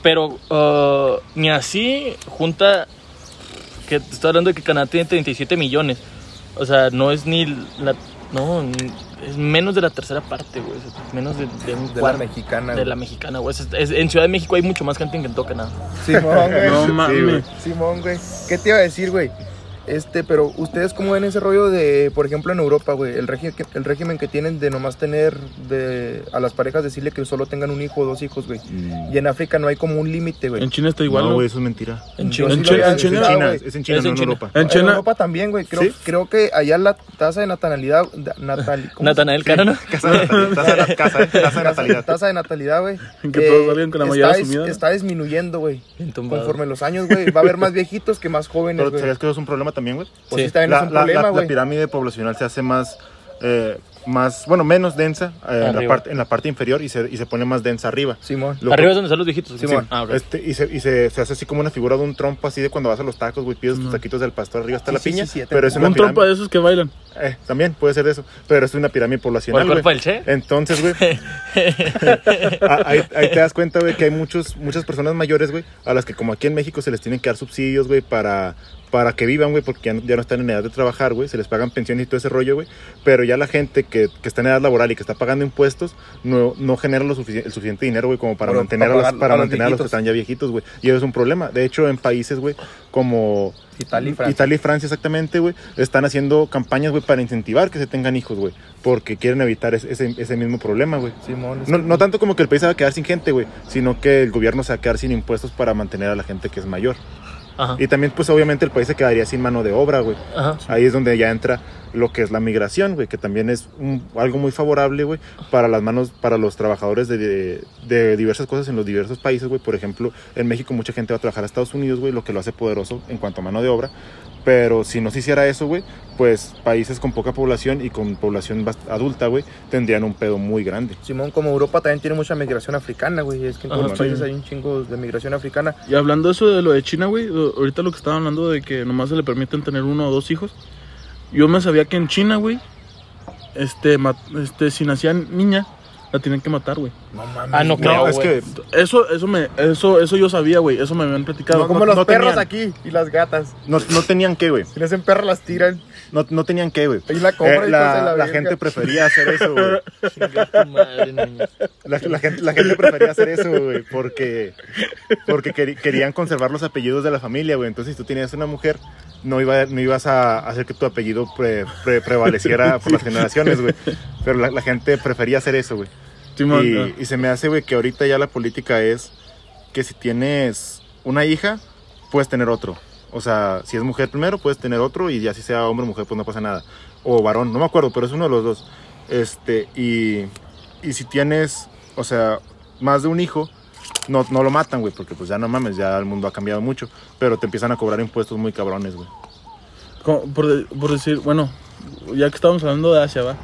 Speaker 3: Pero ah, ni así junta que te estoy hablando de que Canadá tiene 37 millones. O sea, no es ni la no, ni- es menos de la tercera parte, güey, o sea, menos de, de un
Speaker 1: De la
Speaker 3: cuarto
Speaker 1: mexicana.
Speaker 3: de
Speaker 1: güey.
Speaker 3: la mexicana, güey. Es- es- en Ciudad de México hay mucho más gente que en Canadá.
Speaker 1: Simón, güey.
Speaker 2: No mames.
Speaker 4: güey.
Speaker 1: Simón, güey. ¿Qué te iba a decir, güey? Este, pero ustedes cómo ven ese rollo de, por ejemplo, en Europa, güey, el, regi- el régimen que tienen de nomás tener de, a las parejas decirle que solo tengan un hijo o dos hijos, güey.
Speaker 4: Mm.
Speaker 1: Y en África no hay como un límite, güey.
Speaker 2: En China está igual.
Speaker 4: no,
Speaker 2: ¿no?
Speaker 4: güey, eso es mentira.
Speaker 3: En
Speaker 1: Yo
Speaker 3: China.
Speaker 1: sí
Speaker 2: en
Speaker 1: lo
Speaker 2: Chi-
Speaker 1: había
Speaker 2: en
Speaker 4: Es en
Speaker 1: escuchado,
Speaker 2: China-
Speaker 4: China,
Speaker 1: güey.
Speaker 4: es en China,
Speaker 3: Es
Speaker 4: no
Speaker 3: en
Speaker 4: en
Speaker 3: China.
Speaker 4: Europa.
Speaker 2: En
Speaker 1: En
Speaker 2: China-
Speaker 1: Europa también, güey. Creo,
Speaker 4: ¿Sí?
Speaker 1: creo que allá la tasa de natalidad. da- natal- ¿cómo se-
Speaker 3: Natanael Cano, ¿no?
Speaker 4: Casa de natalidad, tasa de- casa, eh, tasa de natalidad.
Speaker 1: Tasa de natalidad, güey. Eh,
Speaker 2: Que todos salgan con la
Speaker 1: está,
Speaker 2: mayoría
Speaker 1: dis-
Speaker 2: asumida.
Speaker 1: está disminuyendo, güey.
Speaker 3: Bien tumbado.
Speaker 1: Conforme los años, güey. Va a haber más viejitos que más jóvenes,
Speaker 4: Pero
Speaker 1: güey.
Speaker 4: ¿sabías que eso es un problema también, güey?
Speaker 1: Pues sí,
Speaker 3: Sí.
Speaker 1: también
Speaker 4: La,
Speaker 1: es un
Speaker 4: la- la-
Speaker 1: problema,
Speaker 4: la
Speaker 1: güey.
Speaker 4: pirámide poblacional se hace más, eh, más bueno, menos densa eh, en, la
Speaker 3: Arriba.
Speaker 4: parte, en la parte inferior y se, y se pone más densa arriba.
Speaker 1: Simón.
Speaker 4: Lo-
Speaker 3: Arriba es donde están los viejitos.
Speaker 4: Sí,
Speaker 3: Simón. Ah, ok.
Speaker 4: este, y se, y se, se hace así como una figura de un trompo, así de cuando vas a los tacos, güey, pides tus taquitos del pastor, arriba está
Speaker 1: Sí,
Speaker 4: la
Speaker 1: sí,
Speaker 4: piña,
Speaker 1: sí, sí, ya te
Speaker 4: pero es una
Speaker 2: Un trompa
Speaker 4: pirámide,
Speaker 2: de esos que bailan.
Speaker 4: eh, también puede ser de eso, pero es una pirámide
Speaker 3: ¿O el
Speaker 4: poblacional,
Speaker 3: cuerpo
Speaker 4: güey.
Speaker 3: del Che?
Speaker 4: Entonces, güey, a- ahí, ahí te das cuenta, güey, que hay muchos, muchas personas mayores, güey, a las que como aquí en México se les tienen que dar subsidios, güey, para, para que vivan, güey, porque ya no, ya no están en edad de trabajar, güey, se les pagan pensiones y todo ese rollo, güey, pero ya la gente que, que está en edad laboral y que está pagando impuestos no, no genera lo sufici- el suficiente dinero, güey, como para
Speaker 1: Bueno,
Speaker 4: mantener,
Speaker 1: para
Speaker 4: a,
Speaker 1: pagar
Speaker 4: los, para
Speaker 1: a los
Speaker 4: mantener a los que
Speaker 1: viejitos.
Speaker 4: están ya viejitos, güey, y eso es un problema. De hecho, en países, güey, como
Speaker 1: Italia y Francia.
Speaker 4: Francia, exactamente, güey, están haciendo campañas, güey, para incentivar que se tengan hijos, güey, porque quieren evitar es- ese, ese mismo problema, güey.
Speaker 1: Simón. es
Speaker 4: No,
Speaker 1: que-
Speaker 4: no tanto como que el país se va a quedar sin gente, güey, sino que el gobierno se va a quedar sin impuestos para mantener a la gente que es mayor.
Speaker 1: Eh,
Speaker 3: Ajá.
Speaker 4: Y también, pues obviamente, el país se quedaría sin mano de obra, güey.
Speaker 3: Ajá.
Speaker 4: Ahí es donde ya entra lo que es la migración, güey, que también es un- algo muy favorable, güey, para las manos, para los trabajadores de, de- de diversas cosas en los diversos países, güey. Por ejemplo, en México mucha gente va a trabajar a Estados Unidos, güey, lo que lo hace poderoso en cuanto a mano de obra. Pero si no se hiciera eso, güey, pues países con poca población y con población bast- adulta, güey, tendrían un pedo muy grande.
Speaker 1: Simón, como Europa también tiene mucha migración africana, güey. Es que en todos
Speaker 3: Ajá,
Speaker 1: los
Speaker 2: sí.
Speaker 1: países hay un chingo de migración africana.
Speaker 2: Y hablando de eso de lo de China, güey, o- ahorita lo que estaba hablando de que nomás se le permiten tener uno o dos hijos. Yo me sabía que en China, güey, este, ma- este, si nacía niña, la tienen que matar, güey.
Speaker 1: No mames.
Speaker 3: Ah, no
Speaker 1: güey.
Speaker 3: creo,
Speaker 4: es
Speaker 3: güey.
Speaker 4: que
Speaker 2: Eso, eso me, eso, eso yo sabía, güey. Eso me habían platicado.
Speaker 4: No,
Speaker 1: Como
Speaker 4: no-
Speaker 1: los
Speaker 4: no
Speaker 1: perros
Speaker 4: tenían.
Speaker 1: aquí y las gatas.
Speaker 4: no, no tenían que, güey.
Speaker 1: Si le hacen perro, las tiran.
Speaker 4: No, no tenían que, güey.
Speaker 1: Ahí la compra
Speaker 4: Eh,
Speaker 1: y
Speaker 4: la,
Speaker 1: pasa la
Speaker 4: la
Speaker 1: verga.
Speaker 4: gente prefería hacer eso, güey.
Speaker 3: Chinga tu madre, niño.
Speaker 4: La, la gente, la gente prefería hacer eso, güey, porque, porque queri- querían conservar los apellidos de la familia, güey. Entonces, si tú tenías una mujer, no, iba, no ibas a hacer que tu apellido pre- pre- prevaleciera por las generaciones, güey. Pero la, la gente prefería hacer eso, güey.
Speaker 2: Simón, ah.
Speaker 4: Y, y se me hace, güey, que ahorita ya la política es que si tienes una hija, puedes tener otro. O sea, si es mujer primero, puedes tener otro y ya si sea hombre o mujer, pues no pasa nada. O varón, no me acuerdo, pero es uno de los dos. Este, y, y si tienes, o sea, más de un hijo, no, no lo matan, güey, porque pues ya no mames, ya el mundo ha cambiado mucho. Pero te empiezan a cobrar impuestos muy cabrones, güey.
Speaker 2: Como por, de- por decir, bueno, ya que estamos hablando de Asia, va.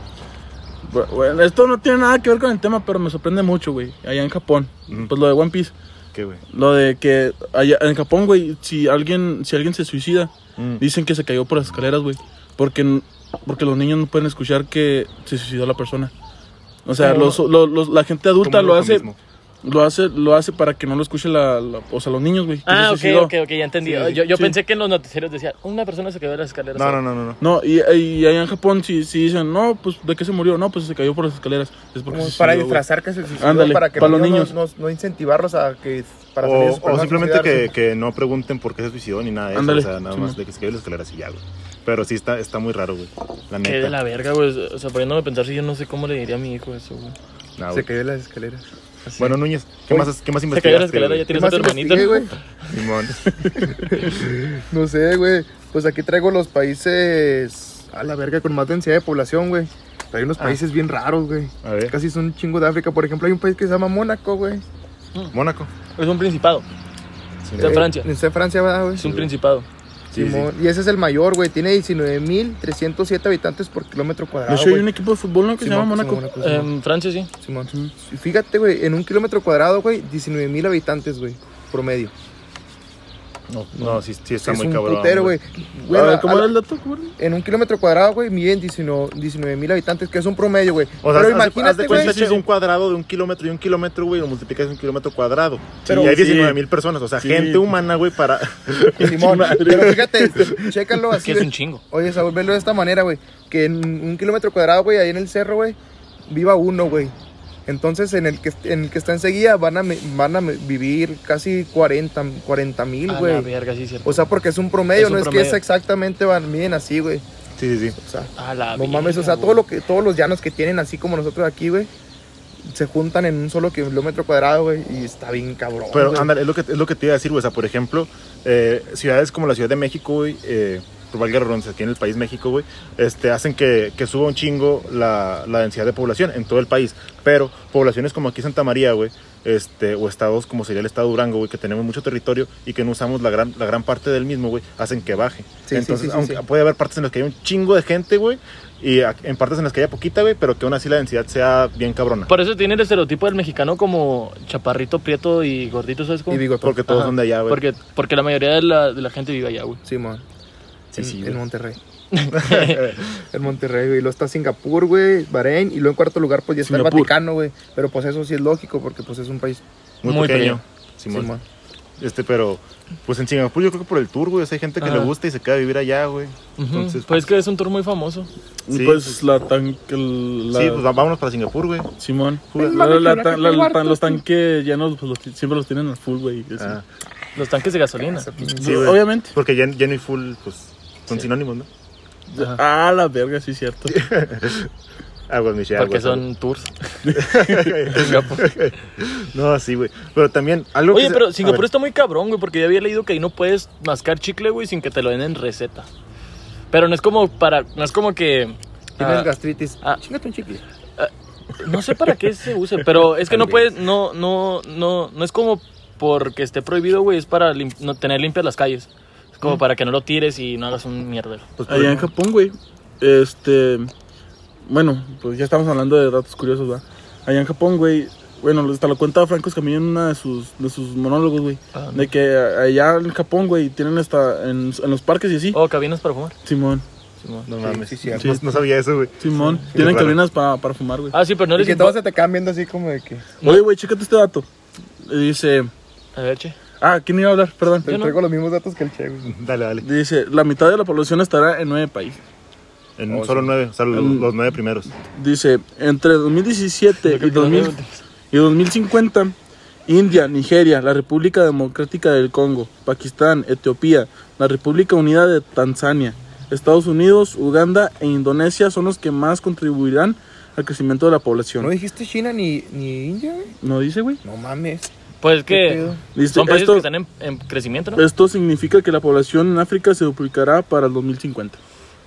Speaker 2: Bu- Bueno, esto no tiene nada que ver con el tema, pero me sorprende mucho, güey. Allá en Japón,
Speaker 4: Ujú.
Speaker 2: pues lo de One Piece,
Speaker 4: ¿Qué, güey?
Speaker 2: lo de que allá en Japón, güey, si alguien, si alguien se suicida,
Speaker 4: Mm.
Speaker 2: dicen que se cayó por las escaleras, güey, porque n- porque los niños no pueden escuchar que se suicidó la persona. O sea,
Speaker 1: Como-
Speaker 2: los- lo- los- la gente adulta
Speaker 4: Como
Speaker 2: lo hace,
Speaker 4: eufemismo.
Speaker 2: lo hace, lo hace para que no lo escuche la, la- o sea, los niños, güey. que se
Speaker 3: Ah, ok,
Speaker 2: suicidó.
Speaker 3: ok, ok, ya entendí.
Speaker 2: Sí, sí,
Speaker 3: yo yo
Speaker 2: sí.
Speaker 3: pensé que en los noticieros decía, una persona se quedó de las escaleras.
Speaker 4: No, no, no, no. no.
Speaker 2: No, y, y allá en Japón si, si dicen, no, pues, ¿de qué se murió? No, pues se cayó por las escaleras. Es porque
Speaker 1: Como
Speaker 2: se
Speaker 1: para
Speaker 2: suicidó, güey.
Speaker 1: disfrazar que se suicidó,
Speaker 2: Ándale,
Speaker 1: para que
Speaker 2: para los
Speaker 1: no-
Speaker 2: niños.
Speaker 1: No, no incentivarlos a que. Para salir de
Speaker 4: O,
Speaker 1: sus
Speaker 4: o
Speaker 1: problemas,
Speaker 4: simplemente que,
Speaker 1: cuidarse.
Speaker 4: que no pregunten por qué se suicidó ni nada de eso.
Speaker 2: Ándale,
Speaker 4: O sea, nada
Speaker 2: sí,
Speaker 4: más
Speaker 2: man.
Speaker 4: de que se cayó la escalera así ya, güey. Pero sí está, está muy raro, güey. La
Speaker 3: Qué de
Speaker 4: neta.
Speaker 3: la verga, güey. O sea, poniéndome a pensar si yo no sé cómo le diría a mi hijo eso, güey.
Speaker 4: Nah,
Speaker 1: Se
Speaker 4: Ah, güey.
Speaker 1: cayó en las escaleras.
Speaker 3: Así.
Speaker 4: Bueno, Núñez, ¿qué más, qué más
Speaker 3: se cayó de la
Speaker 4: investigaste?
Speaker 3: escalera, ya
Speaker 4: güey?
Speaker 1: ¿Qué
Speaker 3: tienes a
Speaker 1: más
Speaker 3: tu hermanito.
Speaker 1: investigué, güey?
Speaker 4: Simón.
Speaker 1: No sé, güey. Pues aquí traigo los países a la verga con más densidad de población, güey. Pero hay unos
Speaker 4: Ah.
Speaker 1: países bien raros, güey.
Speaker 4: A ver,
Speaker 1: Casi son un chingo de África. Por ejemplo, hay un país que se llama Mónaco, güey.
Speaker 4: Mónaco.
Speaker 3: Es un principado.
Speaker 4: Sí,
Speaker 3: De
Speaker 1: Eh,
Speaker 3: Francia.
Speaker 1: Está en Francia, ¿verdad, güey?
Speaker 3: Es un principado.
Speaker 4: sí, sí.
Speaker 1: Simón. Y ese es el mayor, güey. Tiene 19.307 habitantes por kilómetro
Speaker 2: De
Speaker 1: cuadrado.
Speaker 2: hecho, hay
Speaker 1: güey.
Speaker 2: un equipo de fútbol ¿no? que se
Speaker 1: Simón,
Speaker 2: llama Mónaco.
Speaker 1: Simón,
Speaker 4: Em,
Speaker 1: Simón.
Speaker 3: En Em, Francia, sí.
Speaker 1: Simón. Y Fíjate, güey, en un kilómetro cuadrado, güey, 19 mil habitantes, güey, promedio.
Speaker 4: No, no, sí, sí está
Speaker 1: es
Speaker 4: muy
Speaker 1: un
Speaker 4: cabrón.
Speaker 1: putero, güey. Güey,
Speaker 2: a
Speaker 1: a-
Speaker 2: ver, ¿cómo
Speaker 1: a-
Speaker 2: era el dato? ¿Cómo era?
Speaker 1: En un kilómetro cuadrado, güey, miden 19 mil habitantes, que es un promedio, güey.
Speaker 4: O sea,
Speaker 1: Pero
Speaker 4: haz de- haz
Speaker 1: imagínate,
Speaker 4: de
Speaker 1: güey.
Speaker 4: cuenta que un cuadrado de un kilómetro y un kilómetro, güey, lo multiplicas en un kilómetro cuadrado.
Speaker 2: Pero-
Speaker 4: y hay
Speaker 2: Sí.
Speaker 4: 19 mil personas, o sea,
Speaker 2: Sí.
Speaker 4: gente humana, güey, para...
Speaker 1: Simón, pero fíjate, chécalo
Speaker 3: Es
Speaker 1: así.
Speaker 3: que es
Speaker 1: güey.
Speaker 3: un chingo.
Speaker 1: Oye, Saúl, velo de esta manera, güey. Que en un kilómetro cuadrado, güey, ahí en el cerro, güey, viva uno, güey. Entonces, en el que, en el que está enseguida van a, me- van a me- vivir casi 40 mil,
Speaker 3: A la
Speaker 1: güey.
Speaker 3: verga, sí, es cierto.
Speaker 1: O sea, porque es un promedio,
Speaker 3: Es un
Speaker 1: no
Speaker 3: promedio.
Speaker 1: es que es exactamente van bien así, güey.
Speaker 4: Sí, sí, sí.
Speaker 1: O sea,
Speaker 3: A la
Speaker 1: no mames, o sea, todo lo que, todos los llanos que tienen así como nosotros aquí, güey, se juntan en un solo kilómetro cuadrado, güey, y está bien cabrón.
Speaker 4: Pero
Speaker 1: güey.
Speaker 4: ándale, es lo que, es lo que te iba a decir, güey. O sea, por ejemplo, eh, ciudades como la Ciudad de México, güey, eh, valga la redundancia, aquí en el país México, güey, este, hacen que, que suba un chingo la, la densidad de población en todo el país. Pero poblaciones como aquí Santa María, güey, este, o estados como sería el estado de Durango, güey, que tenemos mucho territorio y que no usamos la gran, la gran parte del mismo, güey, hacen que baje.
Speaker 1: Sí, sí,
Speaker 4: Entonces,
Speaker 1: sí, sí,
Speaker 4: aunque
Speaker 1: sí.
Speaker 4: puede haber partes en las que hay un chingo de gente, güey, y a- en partes en las que haya poquita, güey, pero que aún así la densidad sea bien cabrona.
Speaker 3: Por eso tiene el estereotipo del mexicano como chaparrito, prieto y gordito, ¿sabes cómo?
Speaker 1: Y bigotón.
Speaker 4: Porque todos
Speaker 3: Ajá,
Speaker 4: son de allá, güey.
Speaker 3: Porque, porque la mayoría de la, de la gente vive allá, güey.
Speaker 1: Simón.
Speaker 4: Sí,
Speaker 1: en,
Speaker 4: sí,
Speaker 1: en
Speaker 4: güey.
Speaker 1: Monterrey. en Monterrey, güey. Luego está Singapur, güey, Bahrein. Y luego en cuarto lugar, pues ya está
Speaker 2: Singapur.
Speaker 1: el Vaticano, güey. Pero pues eso sí es lógico, porque pues es un país.
Speaker 4: Muy,
Speaker 3: Muy
Speaker 4: pequeño.
Speaker 3: pequeño.
Speaker 4: Simón.
Speaker 1: Simón.
Speaker 3: Ah.
Speaker 4: Este, pero, pues en Singapur yo creo que por el tour, güey. O sea, hay gente que
Speaker 3: Ajá.
Speaker 4: le gusta y se queda a vivir allá, güey.
Speaker 3: Ujú,
Speaker 4: Entonces,
Speaker 3: Pues es que es un tour muy famoso.
Speaker 4: Sí.
Speaker 2: Pues la tan que la-
Speaker 4: sí, pues va- vámonos para Singapur, güey.
Speaker 2: Simón.
Speaker 1: Ay,
Speaker 2: La-
Speaker 1: mami,
Speaker 2: la-
Speaker 1: que
Speaker 2: la-
Speaker 1: habrá
Speaker 2: la-
Speaker 1: que
Speaker 2: la-
Speaker 1: llevar
Speaker 2: los
Speaker 1: todo.
Speaker 2: tanques llenos pues, los ti- siempre los tienen al full, güey. así.
Speaker 4: Ah,
Speaker 3: Los tanques de gasolina.
Speaker 4: sí, güey.
Speaker 2: Obviamente.
Speaker 4: Porque Jen- lleno y full, pues, son sinónimos, ¿no?
Speaker 2: Ah, la verga, sí, cierto.
Speaker 4: Aguas, Michelle.
Speaker 3: Porque
Speaker 4: aguas,
Speaker 3: son tours.
Speaker 4: aguas. No, sí, güey. Pero también, algo que
Speaker 3: Oye,
Speaker 4: se-
Speaker 3: pero
Speaker 4: a
Speaker 3: Singapur
Speaker 4: ver,
Speaker 3: está muy cabrón, güey, porque ya había leído que ahí no puedes mascar chicle, güey, sin que te lo den en receta. Pero no es como para, no es como que
Speaker 1: Tienes
Speaker 3: ah,
Speaker 1: gastritis.
Speaker 3: ah.
Speaker 1: Chingate un chicle.
Speaker 3: no sé para qué se use, pero es que no
Speaker 4: Tal
Speaker 3: puedes, no, no, no, no es como porque esté prohibido, güey, es para lim- no tener limpias las calles. Es como para que no lo tires y no hagas un mierdero.
Speaker 4: pues,
Speaker 2: Allá en Japón, güey. Este. Bueno, pues ya estamos hablando de datos curiosos, ¿verdad? Allá en Japón, güey. Bueno, hasta lo cuenta Franco Escamilla en una de sus, de sus monólogos, güey.
Speaker 3: Ah,
Speaker 2: De que allá en Japón, güey, tienen hasta en, en los parques y así.
Speaker 3: Oh, cabinas para fumar.
Speaker 2: Simón,
Speaker 3: Simón.
Speaker 4: No
Speaker 1: Sí,
Speaker 4: mames.
Speaker 1: sí, sí,
Speaker 4: No-
Speaker 1: sí.
Speaker 4: no sabía eso, güey.
Speaker 2: Simón.
Speaker 4: Qué
Speaker 2: Tienen
Speaker 4: raro.
Speaker 2: cabinas pa- para fumar, güey.
Speaker 3: Ah, sí, pero no
Speaker 1: Y
Speaker 3: les
Speaker 1: que todos se
Speaker 3: importa.
Speaker 1: te quedan viendo así como de que.
Speaker 2: Oye, güey, chécate este dato. Dice.
Speaker 3: A ver, che.
Speaker 2: Ah, ¿quién iba a hablar? Perdón.
Speaker 1: Te
Speaker 3: Yo no.
Speaker 1: traigo los mismos datos que el Che, güey.
Speaker 4: Dale, dale.
Speaker 2: Dice: La mitad de la población estará en nueve países.
Speaker 4: En
Speaker 1: Oh,
Speaker 4: solo
Speaker 1: sí.
Speaker 4: nueve, o sea, los,
Speaker 2: Mm.
Speaker 4: los nueve primeros.
Speaker 2: Dice: Entre 2017 y 2000. Y 2050, India, Nigeria, la República Democrática del Congo, Pakistán, Etiopía, la República Unida de Tanzania, Estados Unidos, Uganda e Indonesia son los que más contribuirán al crecimiento de la
Speaker 1: ¿No
Speaker 2: población.
Speaker 1: dijiste China ni, ni India, güey?
Speaker 2: ¿No dice, güey?
Speaker 1: No mames.
Speaker 3: Pues es
Speaker 1: ¿Qué
Speaker 3: que
Speaker 1: pedo?
Speaker 2: Dice,
Speaker 3: son países
Speaker 2: esto,
Speaker 3: que están en, en crecimiento, ¿no?
Speaker 2: esto significa que la población en África se duplicará para el 2050.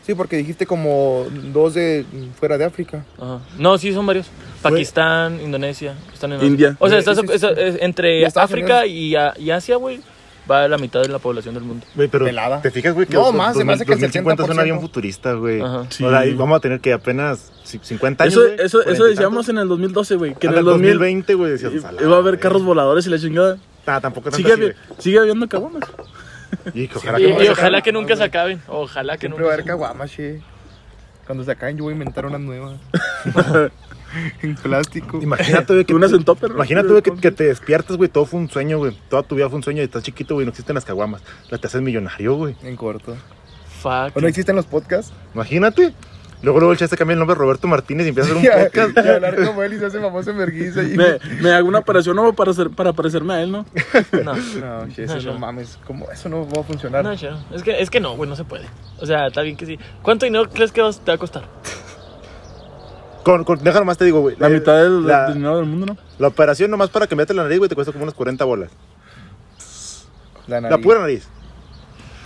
Speaker 1: Sí, porque dijiste como dos de fuera de África.
Speaker 3: Ajá. No, sí, son varios. Pakistán, Indonesia, están en Asia.
Speaker 2: India.
Speaker 3: O sea,
Speaker 1: Sí,
Speaker 3: estás,
Speaker 1: sí, sí.
Speaker 3: estás- es- entre
Speaker 1: Y Estados
Speaker 3: África y, a- y Asia, güey, va la mitad de la población del mundo.
Speaker 4: Güey, pero
Speaker 1: Pelada.
Speaker 4: ¿te fijas, güey? Que
Speaker 1: No,
Speaker 4: los-
Speaker 1: más, se me hace que el
Speaker 4: 2050 suena
Speaker 1: 70%.
Speaker 4: bien futurista, güey.
Speaker 3: Ajá.
Speaker 4: Ahora
Speaker 2: Sí.
Speaker 4: ahí vamos a tener que apenas ci- 50 años,
Speaker 2: Eso,
Speaker 4: güey,
Speaker 2: eso, eso
Speaker 4: 40 y
Speaker 2: decíamos
Speaker 4: tantos.
Speaker 2: en el 2012, güey. Que en
Speaker 4: Hasta
Speaker 2: el 2000
Speaker 4: 2020, güey, decías,
Speaker 2: i-
Speaker 4: "Ojalá,
Speaker 2: iba a haber
Speaker 4: güey".
Speaker 2: carros voladores y la chingada.
Speaker 4: Ah, tampoco tanto
Speaker 2: Sigue,
Speaker 4: así,
Speaker 2: habi- sigue habiendo cabomas.
Speaker 4: güey. Y que ojalá
Speaker 3: Y,
Speaker 1: no
Speaker 4: que
Speaker 3: y
Speaker 4: no
Speaker 1: se
Speaker 4: haya-
Speaker 3: ojalá
Speaker 1: acaben,
Speaker 3: que nunca
Speaker 1: ¿no,
Speaker 3: se acaben. Ojalá que
Speaker 1: Siempre va a
Speaker 3: nunca se
Speaker 1: haber caguamas, che. Cuando se acaben, yo voy a inventar unas nuevas. en plástico.
Speaker 4: Imagínate, güey, que
Speaker 2: Unas en topper.
Speaker 4: Imagínate, güey, que, que te despiertas, güey, todo fue un sueño, güey. Toda tu vida fue un sueño y estás chiquito, güey, no existen las caguamas. Las te haces millonario, güey.
Speaker 1: En corto.
Speaker 3: Fuck.
Speaker 1: ¿O no existen los podcasts?
Speaker 4: Imagínate. Luego, luego el chiste cambia el nombre a Roberto Martínez y empieza a hacer un
Speaker 1: Ya,
Speaker 4: podcast.
Speaker 1: ya hablar como él y se hace famoso en vergüenza. Y...
Speaker 2: me, me hago una operación nueva para, hacer- para parecerme a él, ¿no?
Speaker 3: No,
Speaker 1: No, che, eso
Speaker 3: No,
Speaker 1: no,
Speaker 3: no.
Speaker 1: mames. ¿Cómo? Eso no va a funcionar.
Speaker 3: no, yo no. Es que, es que no, güey, no se puede. O sea, está bien que sí. ¿Cuánto dinero crees que vas- te va a costar?
Speaker 4: Con, con- deja nomás te digo, güey.
Speaker 2: La
Speaker 4: eh,
Speaker 2: mitad del, del
Speaker 4: la,
Speaker 2: dinero del mundo, ¿no?
Speaker 4: la operación nomás para cambiarte la nariz, güey, te cuesta como unas 40 bolas.
Speaker 1: la,
Speaker 4: La
Speaker 1: nariz.
Speaker 4: pura nariz.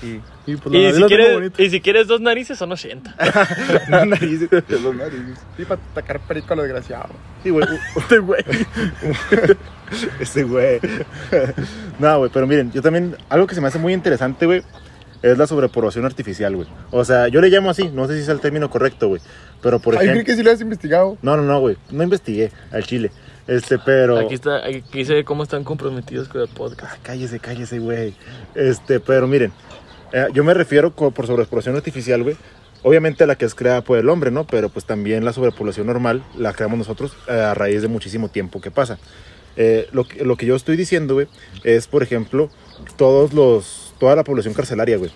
Speaker 1: Sí.
Speaker 2: Y, pues,
Speaker 3: Y
Speaker 2: nariz
Speaker 3: si,
Speaker 2: la tengo
Speaker 3: quieres,
Speaker 2: bonita.
Speaker 3: y si quieres dos narices, son 80.
Speaker 4: Una nariz.
Speaker 1: Sí, para atacar perico a lo desgraciado.
Speaker 4: Sí, güey.
Speaker 2: Este güey.
Speaker 1: Este
Speaker 4: Ese güey. no, güey, pero miren, yo también, algo que se me hace muy interesante, güey, es la sobrepoblación artificial, güey. O sea, yo le llamo así, no sé si es el término correcto, güey. Pero por
Speaker 1: Ay,
Speaker 4: ejemplo...
Speaker 1: creí que sí lo has investigado.
Speaker 4: No, no, no, güey, no investigué al chile. Este, pero...
Speaker 3: Aquí está, aquí se ve cómo están comprometidos con el podcast.
Speaker 4: Ah, cállese, cállese, güey. Este, pero miren, eh, yo me refiero co- por sobrepoblación artificial, güey. Obviamente la que es creada por el hombre, ¿no? Pero pues también la sobrepoblación normal la creamos nosotros eh, a raíz de muchísimo tiempo que pasa. Eh, lo, que- lo que yo estoy diciendo, güey, es, por ejemplo, todos los, toda la población carcelaria, güey.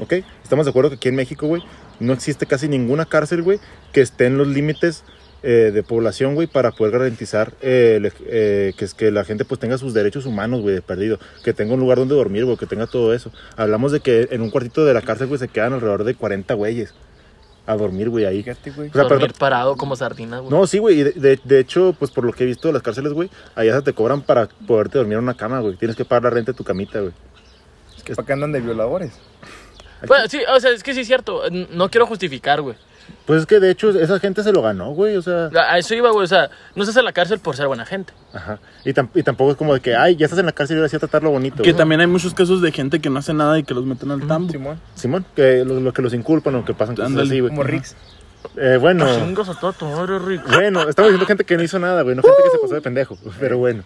Speaker 4: ¿Ok? Estamos de acuerdo que aquí en México, güey, no existe casi ninguna cárcel, güey, que esté en los límites eh, de población, güey, para poder garantizar eh, el- eh, que, es que la gente pues tenga sus derechos humanos, güey, de perdido, que tenga un lugar donde dormir, güey, que tenga todo eso. Hablamos de que en un cuartito de la cárcel, güey, se quedan alrededor de 40 güeyes a dormir, güey, ahí.
Speaker 1: Fíjate, güey.
Speaker 4: O sea,
Speaker 5: Dormir
Speaker 4: perdón.
Speaker 5: parado como sardina, güey.
Speaker 4: No, sí, güey, y de, de- de hecho, pues por lo que he visto de las cárceles, güey, allá se te cobran para poderte dormir en una cama, güey. Tienes que pagar la renta de tu camita, güey.
Speaker 1: ¿Para qué andan de violadores?
Speaker 5: Bueno, sí, o sea, es que sí es cierto. N- No quiero justificar, güey.
Speaker 4: Pues es que de hecho esa gente se lo ganó, güey, o sea...
Speaker 5: A a eso iba, güey. O sea, no estás en la cárcel por ser buena gente.
Speaker 4: Ajá. Y, tam- y tampoco es como de que, ay, ya estás en la cárcel y ahora sí a tratarlo bonito.
Speaker 2: Que
Speaker 4: güey.
Speaker 2: también hay muchos casos de gente que no hace nada y que los meten al tambo.
Speaker 1: Simón,
Speaker 4: Simón, que los, los que los inculpan o que pasan cosas
Speaker 2: Ándale.
Speaker 4: así, güey.
Speaker 1: como Rix.
Speaker 4: Eh, bueno,
Speaker 5: Chingas a toda tu madre, Rick.
Speaker 4: bueno, estamos diciendo gente que no hizo nada, güey, no gente que se pasó de pendejo, pero bueno.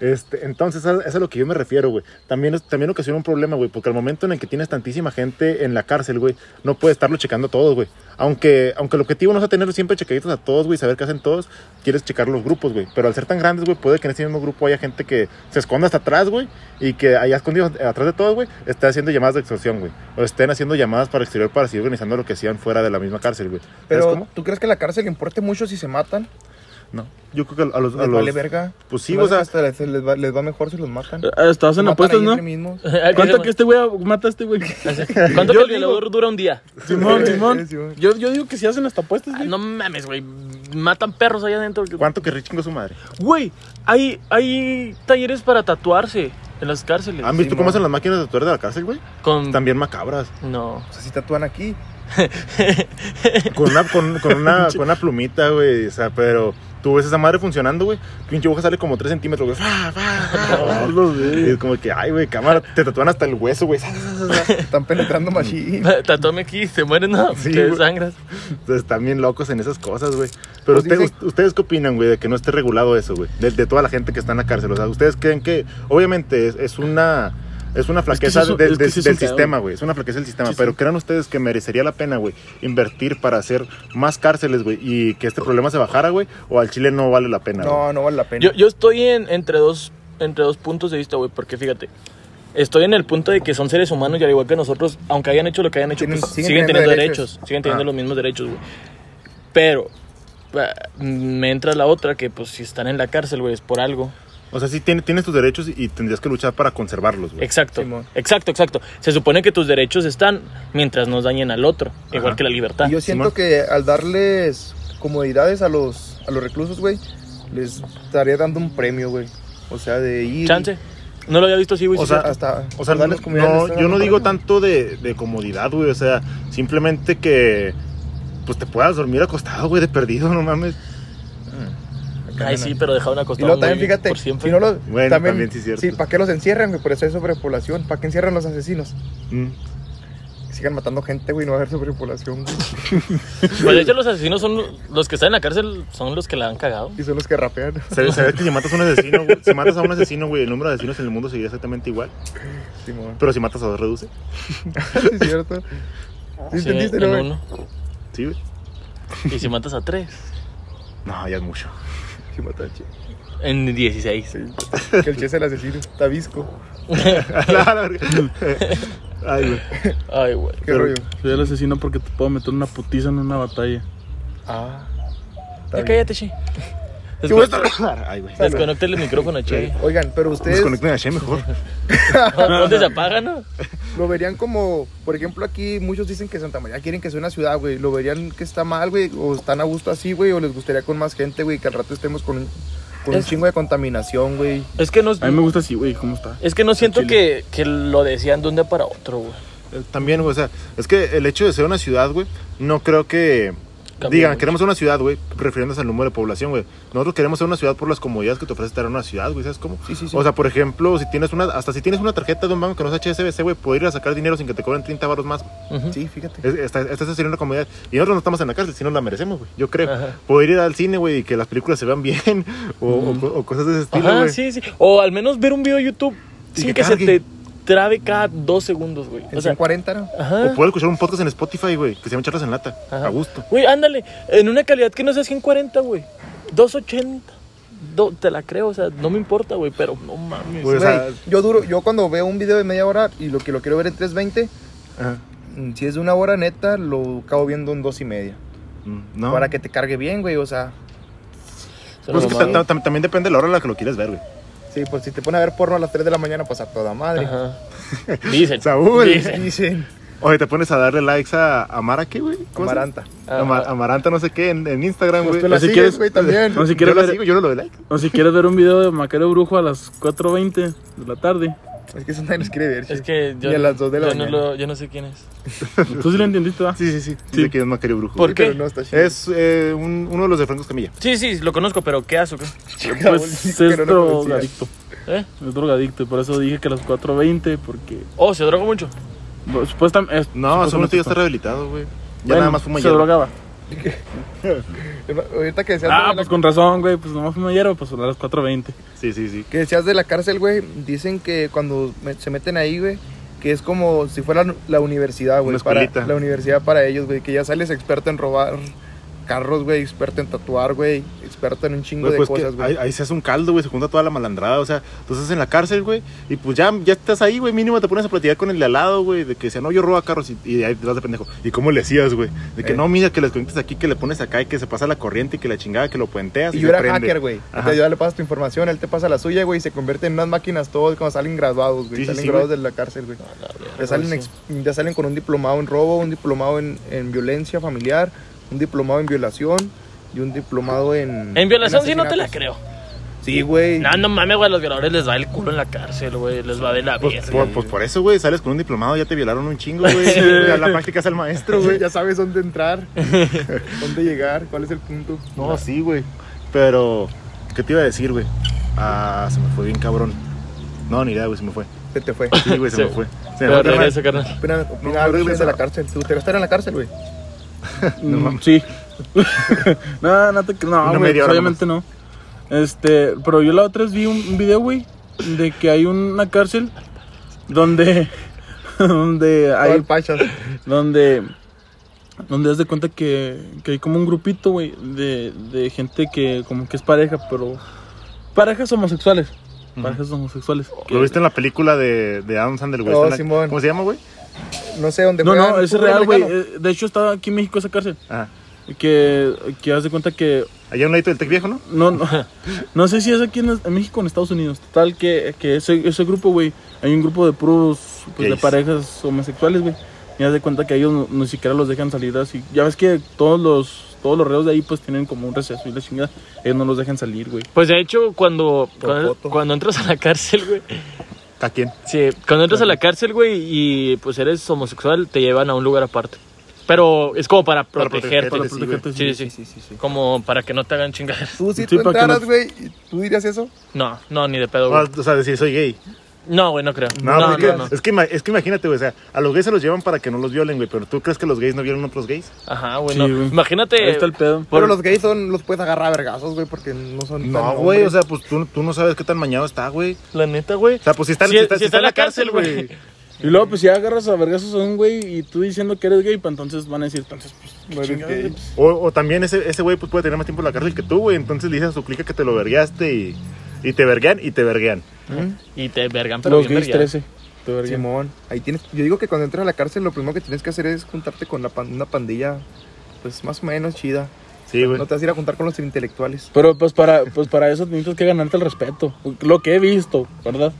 Speaker 4: Este, entonces, a- eso es a lo que yo me refiero, güey. También, es- también ocasiona un problema, güey, porque al momento en el que tienes tantísima gente en la cárcel, güey, no puedes estarlo checando a todos, güey. Aunque, aunque el objetivo no sea tener siempre checaditos a todos, güey, saber qué hacen todos, quieres checar los grupos, güey. Pero al ser tan grandes, güey, puede que en ese mismo grupo haya gente que se esconda hasta atrás, güey, y que allá escondido atrás de todos, güey, esté haciendo llamadas de extorsión, güey. O estén haciendo llamadas para exterior para seguir organizando lo que hacían fuera de la misma cárcel, güey. ¿Sabes
Speaker 1: Pero,
Speaker 4: cómo?
Speaker 1: ¿tú crees que a la cárcel le importe mucho si se matan?
Speaker 4: No. Yo creo que a los. A
Speaker 1: ¿Les
Speaker 4: los
Speaker 1: vale verga?
Speaker 4: Pues sí,
Speaker 1: ¿No
Speaker 4: o
Speaker 1: es que
Speaker 4: sea-
Speaker 1: hasta les, les va, les va mejor si los matan.
Speaker 2: Eh, Estabas en
Speaker 1: Matan
Speaker 2: apuestas,
Speaker 1: ahí
Speaker 2: ¿no?
Speaker 1: entre mismos.
Speaker 2: ¿Cuánto que este güey mata a este güey?
Speaker 3: ¿Cuánto
Speaker 2: Yo digo-
Speaker 3: que el violador dura un día?
Speaker 2: Simón,
Speaker 1: Sí,
Speaker 2: Simón.
Speaker 1: Simón.
Speaker 2: Yo, yo digo que si hacen hasta apuestas,
Speaker 5: Ah,
Speaker 2: güey.
Speaker 5: No mames, güey. Matan perros allá adentro.
Speaker 4: ¿Cuánto que Richingo su madre?
Speaker 3: Güey, hay, hay talleres para tatuarse en las cárceles.
Speaker 4: ¿Han visto
Speaker 1: sí,
Speaker 4: cómo
Speaker 1: no.
Speaker 4: hacen las máquinas de tatuar de la cárcel, güey?
Speaker 5: Con...
Speaker 4: También macabras.
Speaker 5: No.
Speaker 1: O sea, si tatúan aquí.
Speaker 4: Con una, con, con una, con una plumita, güey. O sea, pero tú ves esa madre funcionando, güey. Pinche hoja sale como 3 centímetros, güey. Fa, fa, fa. Y es como que, ay, güey, cámara, te tatúan hasta el hueso, güey. Sa, sa, sa, sa.
Speaker 1: Están penetrando machín.
Speaker 5: Tatúame aquí, se mueren, ¿no?
Speaker 4: Sí,
Speaker 5: te
Speaker 4: güey.
Speaker 5: desangras.
Speaker 4: Entonces están bien locos en esas cosas, güey. Pero
Speaker 1: Pues
Speaker 4: usted-
Speaker 1: dicen-
Speaker 4: ustedes qué opinan, güey, de que no esté regulado eso, güey. De, de toda la gente que está en la cárcel. O sea, ustedes creen que, obviamente, es, es una. Es una flaqueza
Speaker 2: eso-
Speaker 4: de-
Speaker 2: es que
Speaker 4: de-
Speaker 2: sí es
Speaker 4: del
Speaker 2: un pedo.
Speaker 4: sistema, güey. Es una flaqueza del sistema.
Speaker 2: Sí, sí.
Speaker 4: pero crean ustedes que merecería la pena, güey, invertir para hacer más cárceles, güey, y que este problema se bajara, güey, o al Chile no vale la pena. güey?
Speaker 1: No, no vale la pena.
Speaker 3: Yo, yo estoy en, entre, dos, entre dos puntos de vista, güey, porque fíjate, estoy en el punto de que son seres humanos y al igual que nosotros, aunque hayan hecho lo que hayan hecho,
Speaker 1: Tienen-
Speaker 3: pues,
Speaker 1: siguen
Speaker 3: siguen,
Speaker 1: teniendo
Speaker 3: teniendo,
Speaker 1: derechos.
Speaker 3: derechos, siguen teniendo
Speaker 4: Ah.
Speaker 3: los mismos derechos, güey. Pero ah, me entra la otra que, pues, si están en la cárcel, güey, es por algo.
Speaker 4: O sea, sí tiene- tienes tus derechos y tendrías que luchar para conservarlos, güey.
Speaker 3: Exacto,
Speaker 1: Simón.
Speaker 3: exacto, exacto. Se supone que tus derechos están mientras nos dañen al otro, igual
Speaker 4: Ajá.
Speaker 3: que la libertad.
Speaker 1: Y yo siento
Speaker 4: Simón.
Speaker 1: que al darles comodidades a los, a los reclusos, güey, les estaría dando un premio, güey. O sea, de ir. pues,
Speaker 3: Chance. No lo había visto así, güey.
Speaker 4: O
Speaker 3: sí,
Speaker 4: sea,
Speaker 3: cierto.
Speaker 1: hasta.
Speaker 4: O
Speaker 1: por
Speaker 4: sea, no,
Speaker 1: darles comodidades les
Speaker 4: no,
Speaker 1: están
Speaker 4: yo
Speaker 1: dando
Speaker 4: no
Speaker 1: un
Speaker 4: digo
Speaker 1: premio.
Speaker 4: tanto de, de comodidad, güey. O sea, simplemente que pues te puedas dormir acostado, güey, de perdido, no mames.
Speaker 3: Ay, sí, pero dejaron
Speaker 1: Y
Speaker 3: acostado
Speaker 1: luego
Speaker 3: muy
Speaker 1: también,
Speaker 3: bien
Speaker 1: fíjate,
Speaker 3: por siempre.
Speaker 1: si no los-
Speaker 4: Bueno, también sí es cierto.
Speaker 1: ¿para qué los encierran, güey? Por eso hay sobrepoblación. ¿Para qué encierran los asesinos?
Speaker 4: Mm.
Speaker 1: Que sigan matando gente, güey, no va a haber sobrepoblación, güey.
Speaker 3: Pues de hecho los asesinos son los que están en la cárcel son los que la han cagado.
Speaker 1: Y son los que rapean.
Speaker 4: ¿Sabes, sabes que si matas a un asesino, güey, si matas a un asesino, güey, el número de asesinos en el mundo seguiría exactamente igual,
Speaker 1: Simón.
Speaker 4: pero si matas a dos reduce.
Speaker 1: sí, es cierto. ¿Sí
Speaker 3: Ah, Sí,
Speaker 1: entendiste,
Speaker 3: en
Speaker 1: no, güey?
Speaker 3: uno.
Speaker 4: Sí, güey.
Speaker 3: Y si matas a tres,
Speaker 4: No, ya es mucho.
Speaker 1: Sí, mata al Che.
Speaker 3: en 16.
Speaker 1: Sí. Que el Che es el asesino. Tabisco.
Speaker 4: La verga. Ay, güey.
Speaker 3: Ay, güey.
Speaker 1: ¿Qué
Speaker 4: Pero-
Speaker 1: rollo?
Speaker 2: Soy el asesino porque te puedo meter una putiza en una batalla.
Speaker 1: Ah.
Speaker 3: Ya cállate, Che.
Speaker 1: ¿Qué güey?
Speaker 4: Ay, güey.
Speaker 3: Desconecta el micrófono, Che.
Speaker 1: Oigan, pero ustedes
Speaker 4: Desconecten a She mejor.
Speaker 3: ¿Dónde se apaga, no?
Speaker 1: lo verían como, por ejemplo, aquí muchos dicen que Santa María quieren que sea una ciudad, güey. Lo verían que está mal, güey, o están a gusto así, güey, o les gustaría con más gente, güey, que al rato estemos con un, con un
Speaker 3: Es-
Speaker 1: chingo de contaminación, güey.
Speaker 3: Es que no
Speaker 2: A mí me gusta así, güey, ¿cómo está?
Speaker 3: es que no siento que, que lo decían de un día para otro, güey.
Speaker 4: Eh, También, güey, o sea, es que el hecho de ser una ciudad, güey, no creo que
Speaker 3: Cambie
Speaker 4: digan,
Speaker 3: mucho.
Speaker 4: queremos ser una ciudad, güey, refiriéndose al número de población, güey. Nosotros queremos ser una ciudad por las comodidades que te ofrece estar en una ciudad, güey, ¿sabes cómo?
Speaker 1: Sí, sí, sí.
Speaker 4: O sea, por ejemplo, si tienes una, hasta si tienes una tarjeta de un banco que no es HSBC, güey, poder ir a sacar dinero sin que te cobren 30 baros más.
Speaker 3: Ujú.
Speaker 1: Sí, fíjate.
Speaker 4: Es- Esta, esta sería una comodidad. Y nosotros no estamos en la cárcel, si no la merecemos, güey, yo creo.
Speaker 3: Ajá.
Speaker 4: Poder ir al cine, güey, y que las películas se vean bien, o, o co- o cosas de ese estilo,
Speaker 3: Ajá,
Speaker 4: güey.
Speaker 3: sí, sí. O al menos ver un video de YouTube
Speaker 4: Y
Speaker 3: sin
Speaker 4: que
Speaker 3: que se
Speaker 4: cargue.
Speaker 3: te trabe cada dos segundos, güey.
Speaker 1: En
Speaker 3: O sea,
Speaker 1: 140, ¿no?
Speaker 4: O
Speaker 3: ajá.
Speaker 4: poder escuchar un podcast en Spotify, güey, que se llama Charlas en Lata,
Speaker 3: Ajá.
Speaker 4: a gusto.
Speaker 3: Güey, ándale, en una calidad que no sea 140, güey. 280. Do- te la creo, o sea, no me importa, güey, pero no mames.
Speaker 4: Güey, o sea,
Speaker 1: Güey, yo duro, yo cuando veo un video de media hora y lo que lo quiero ver en 320,
Speaker 4: ajá.
Speaker 1: mm, si es de una hora neta, lo acabo viendo en dos y media.
Speaker 4: Mm, No.
Speaker 1: Para que te cargue bien, güey, o sea,
Speaker 3: Se
Speaker 4: Pues es que
Speaker 3: mamaron.
Speaker 4: ta- ta- también depende de la hora en la que lo quieres ver, güey.
Speaker 1: Sí, pues si te pone a ver porno a las 3 de la mañana, pues a toda madre.
Speaker 3: Ajá. Dicen.
Speaker 4: Saúl.
Speaker 3: Dicen.
Speaker 1: Dicen
Speaker 4: Oye, te pones a darle likes a Amara, ¿qué, güey? ¿Cómo se llama?
Speaker 1: Amaranta.
Speaker 4: Ama- Amaranta, no sé qué, en, en Instagram,
Speaker 1: Pues
Speaker 4: güey.
Speaker 1: tú la
Speaker 2: Así
Speaker 1: sigues,
Speaker 2: quieres-
Speaker 1: güey, también.
Speaker 2: No, si
Speaker 4: Yo
Speaker 2: quieres
Speaker 4: la
Speaker 2: ver,
Speaker 4: sigo, yo no le doy like.
Speaker 2: o si quieres ver un video de Macario Brujo a las 4.20 de la tarde.
Speaker 1: Es que eso nadie nos quiere ver.
Speaker 3: Es
Speaker 1: sí.
Speaker 3: que yo,
Speaker 1: Y a las 2 de la
Speaker 3: yo no
Speaker 1: mañana.
Speaker 3: lo- yo no sé quién es.
Speaker 2: Tú sí lo entendiste, ¿verdad?
Speaker 4: Sí, sí, sí.
Speaker 2: Sí.
Speaker 4: Dice que es Macario Brujo.
Speaker 3: ¿Por
Speaker 4: güey.
Speaker 1: Pero
Speaker 3: qué?
Speaker 1: no está chido.
Speaker 4: Es eh, un- uno de los de Franco Escamilla.
Speaker 3: Sí, sí, lo conozco, pero ¿qué hace? o qué?
Speaker 2: Pues
Speaker 1: Pero
Speaker 2: es
Speaker 1: no lo decía.
Speaker 2: drogadicto.
Speaker 3: ¿Eh?
Speaker 2: Es drogadicto, y por eso dije que a las 4.20, porque...
Speaker 3: Oh, se droga mucho.
Speaker 2: bueno, Supuestamente... es-
Speaker 4: No,
Speaker 2: supuestamente
Speaker 4: solamente ya está
Speaker 2: está-
Speaker 4: rehabilitado, güey. Ya
Speaker 2: Bueno,
Speaker 4: nada más fuma
Speaker 2: Se
Speaker 4: hierba.
Speaker 2: drogaba.
Speaker 1: Ahorita que decías,
Speaker 2: Ah,
Speaker 1: de la-
Speaker 2: pues con razón, güey. Pues nomás fuma hierba, pues a las 4.20.
Speaker 4: Sí, sí, sí.
Speaker 1: que decías de la cárcel, güey, dicen que cuando me- se meten ahí, güey, que es como si fuera la universidad, güey.
Speaker 4: Una
Speaker 1: para-
Speaker 4: escuelita.
Speaker 1: La universidad para ellos, güey, que ya sales experto en robar carros, güey, experto en tatuar, güey, experto en un chingo
Speaker 4: Güey,
Speaker 1: de
Speaker 4: pues que
Speaker 1: cosas,
Speaker 4: ahí,
Speaker 1: güey.
Speaker 4: ahí se hace un caldo, güey, se junta toda la malandrada, o sea, tú estás en la cárcel, güey, y pues ya, ya estás ahí, güey, mínimo te pones a platicar con el de al lado, güey, de que sea, no, yo robo carros y, y de ahí te vas de pendejo. ¿Y cómo le hacías, güey? De que
Speaker 1: Eh.
Speaker 4: no, mira, que les conectas aquí, que le pones acá y que se pasa la corriente y que la chingada, que lo puenteas.
Speaker 1: Y
Speaker 4: Y,
Speaker 1: yo
Speaker 4: se
Speaker 1: era
Speaker 4: prende.
Speaker 1: hacker, güey.
Speaker 4: Ajá.
Speaker 1: Entonces yo le pasas tu información, él te pasa la suya, güey, y se convierte en unas máquinas todos cuando salen graduados, güey.
Speaker 4: Sí, sí,
Speaker 1: salen
Speaker 4: sí,
Speaker 1: graduados de la cárcel, güey. Ya salen,
Speaker 3: sí.
Speaker 1: ex- ya salen con un diplomado en robo, un diplomado en, en violencia familiar, un diplomado en violación y un diplomado Mm. en.
Speaker 3: En violación sí no te la
Speaker 1: asesinatos.
Speaker 3: creo.
Speaker 1: Sí, güey.
Speaker 3: Ah, No, no mames, güey, a los violadores les va el culo en la cárcel, güey, les va de la
Speaker 4: Pues
Speaker 3: mierda.
Speaker 4: por, pues por eso, güey, sales con un diplomado, ya te violaron un chingo, güey. a la práctica es el maestro, güey.
Speaker 1: Ya sabes dónde entrar, dónde llegar, cuál es el punto.
Speaker 4: No, sí, güey. Pero, ¿qué te iba a decir, güey? Ah, se me fue bien cabrón. No, ni idea, güey, se me fue.
Speaker 1: Se te fue.
Speaker 4: Sí, güey, se
Speaker 3: Sí.
Speaker 4: me fue. Se me
Speaker 3: Pero
Speaker 4: fue. carnal.
Speaker 3: regresa, carnal.
Speaker 1: Opina,
Speaker 4: No,
Speaker 1: opina algo
Speaker 4: regresa.
Speaker 1: de la cárcel. ¿Te gustaría estar en la cárcel, güey?
Speaker 2: Mm, sí. no, no te cre- No,
Speaker 4: Una
Speaker 2: güey,
Speaker 4: media
Speaker 2: pues,
Speaker 4: hora
Speaker 2: obviamente no. Este, pero yo la otra vez vi un, un video, güey, de que hay una cárcel donde. donde
Speaker 1: Todo el
Speaker 2: hay.
Speaker 1: Pachas.
Speaker 2: Donde. Donde das de cuenta que, que hay como un grupito, güey, de, de gente que como que es pareja, pero. Parejas homosexuales. Parejas homosexuales.
Speaker 4: Lo viste en la película de, de Adam Sandler, güey.
Speaker 1: Oh,
Speaker 4: Está en la-
Speaker 1: Simón.
Speaker 4: ¿Cómo se llama, güey?
Speaker 1: No sé dónde
Speaker 2: No,
Speaker 1: juegan
Speaker 2: no, es
Speaker 1: fútbol
Speaker 2: real, güey.
Speaker 1: americano.
Speaker 2: Eh, De hecho, está aquí en México esa cárcel.
Speaker 4: Ah,
Speaker 2: Que, que haz de cuenta que
Speaker 4: allá un ladito del Tec Viejo, ¿no?
Speaker 2: No, no, no sé si es aquí en, en México o en Estados Unidos. Total, que, que ese, ese grupo, güey, hay un grupo de puros, pues, de
Speaker 4: Gays.
Speaker 2: parejas homosexuales, güey. Y haz de cuenta que ellos no- ni siquiera los dejan salir así. Ya ves que todos los, todos los reos de ahí, pues, tienen como un receso y la chingada. Ellos no los dejan salir, güey.
Speaker 3: Pues de hecho, cuando,
Speaker 1: Por
Speaker 3: cuando,
Speaker 1: foto.
Speaker 3: cuando entras a la cárcel, güey,
Speaker 4: ¿A quién?
Speaker 3: sí, cuando entras a la cárcel, güey, y pues eres homosexual, te llevan a un lugar aparte. Pero es como para
Speaker 4: Para
Speaker 3: protegerte.
Speaker 2: Para
Speaker 4: sí,
Speaker 2: protegerte,
Speaker 3: Sí,
Speaker 2: sí.
Speaker 3: sí, Como para que no te hagan chingar.
Speaker 1: Tú si
Speaker 2: Sí,
Speaker 1: tú
Speaker 2: para que no-
Speaker 1: entraras, güey, y ¿tú dirías eso?
Speaker 3: No, no, ni de pedo,
Speaker 4: Ah,
Speaker 3: güey.
Speaker 4: O sea, decir, soy gay.
Speaker 3: No, güey, no creo.
Speaker 4: No,
Speaker 3: no,
Speaker 4: porque
Speaker 3: no, no.
Speaker 4: Es, que, ima- es que imagínate, güey. O sea, a los gays se los llevan para que no los violen, güey. Pero tú crees que los gays no violan a otros gays?
Speaker 3: Ajá, güey,
Speaker 2: Sí,
Speaker 3: no.
Speaker 2: güey. Ahí
Speaker 3: Imagínate.
Speaker 2: está el pedo.
Speaker 1: Pero
Speaker 3: por-
Speaker 1: los gays son, los puedes agarrar a vergazos, güey, porque no son
Speaker 4: No,
Speaker 1: tan
Speaker 4: güey. O
Speaker 1: hombres.
Speaker 4: sea, pues tú, tú no sabes qué tan mañado está, güey.
Speaker 3: La neta, güey.
Speaker 4: O sea, pues si está,
Speaker 3: Si- si está en la cárcel, güey.
Speaker 2: Y luego, pues, si agarras a vergazos a un güey y tú diciendo que eres gay, pues, entonces van a decir, entonces, pues,
Speaker 1: No eres
Speaker 2: chingada,
Speaker 1: gay.
Speaker 2: güey, pues,
Speaker 4: O, o también ese ese güey pues, puede tener más tiempo en la cárcel que tú, güey. Entonces le dices a su clica que te lo vergueaste y, y te verguean y te verguean.
Speaker 3: Y te vergan, pero
Speaker 2: los
Speaker 3: bien
Speaker 2: gays
Speaker 3: vergueado.
Speaker 2: 13. te vergué.
Speaker 1: Simón, ahí tienes. Yo digo que cuando entras a la cárcel, lo primero que tienes que hacer es juntarte con la pan- una pandilla, pues más o menos chida.
Speaker 4: Sí, güey.
Speaker 1: No te vas a ir a juntar con los intelectuales.
Speaker 2: Pero pues para, pues para eso necesitas que ganarte el respeto. Lo que he visto, ¿verdad?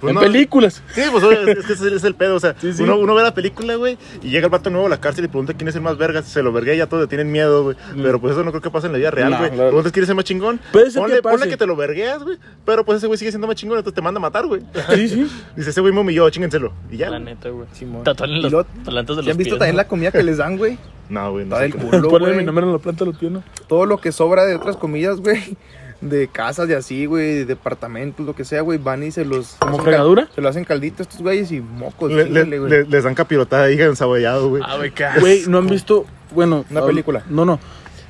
Speaker 4: Pues
Speaker 2: en
Speaker 4: no.
Speaker 2: películas.
Speaker 4: Sí, pues oye, es que ese es el pedo. O sea,
Speaker 2: Sí, sí.
Speaker 4: Uno, uno ve la película, güey, y llega el vato nuevo a la cárcel y pregunta quién es el más verga. Se lo verguea y ya todos le tienen miedo, güey. Pero pues eso no creo que pase en la vida real,
Speaker 2: Mm. No,
Speaker 4: güey.
Speaker 2: la-
Speaker 4: Preguntas quién es el más chingón.
Speaker 2: Puede ser
Speaker 4: ponle,
Speaker 2: que pase.
Speaker 4: ponle que te lo vergueas, güey. Pero pues ese güey sigue siendo más chingón, entonces te manda a matar, güey.
Speaker 2: Sí, sí.
Speaker 4: Dice, ese güey me humilló, chíngenselo. Y ya.
Speaker 3: La
Speaker 4: güey.
Speaker 3: neta, güey.
Speaker 1: Simón.
Speaker 3: Tatuar en
Speaker 1: Y
Speaker 3: las
Speaker 1: luego,
Speaker 3: plantas de los
Speaker 1: ¿Ya han visto
Speaker 3: pies,
Speaker 1: también
Speaker 3: ¿no?
Speaker 1: la comida que les dan, güey?
Speaker 4: No, güey, no
Speaker 1: Está del
Speaker 4: sé cómo.
Speaker 1: culo,
Speaker 2: Ponle mi
Speaker 1: güey.
Speaker 2: nombre en la planta de los pies, ¿no?
Speaker 1: Todo lo que sobra de otras comidas, güey. De casas de así, güey, de departamentos, lo que sea, güey, van y se los.
Speaker 2: ¿Como
Speaker 1: hacen
Speaker 2: fregadura?
Speaker 1: cal- Se lo hacen caldito a estos güeyes y mocos.
Speaker 4: Le- le-
Speaker 1: chíngale, güey.
Speaker 4: le- les dan capirotada ahí ensabollado, güey.
Speaker 3: Ah, güey, qué
Speaker 2: Güey,
Speaker 3: asco.
Speaker 2: ¿no han visto? Bueno.
Speaker 1: Una
Speaker 2: ah,
Speaker 1: película.
Speaker 2: No, no.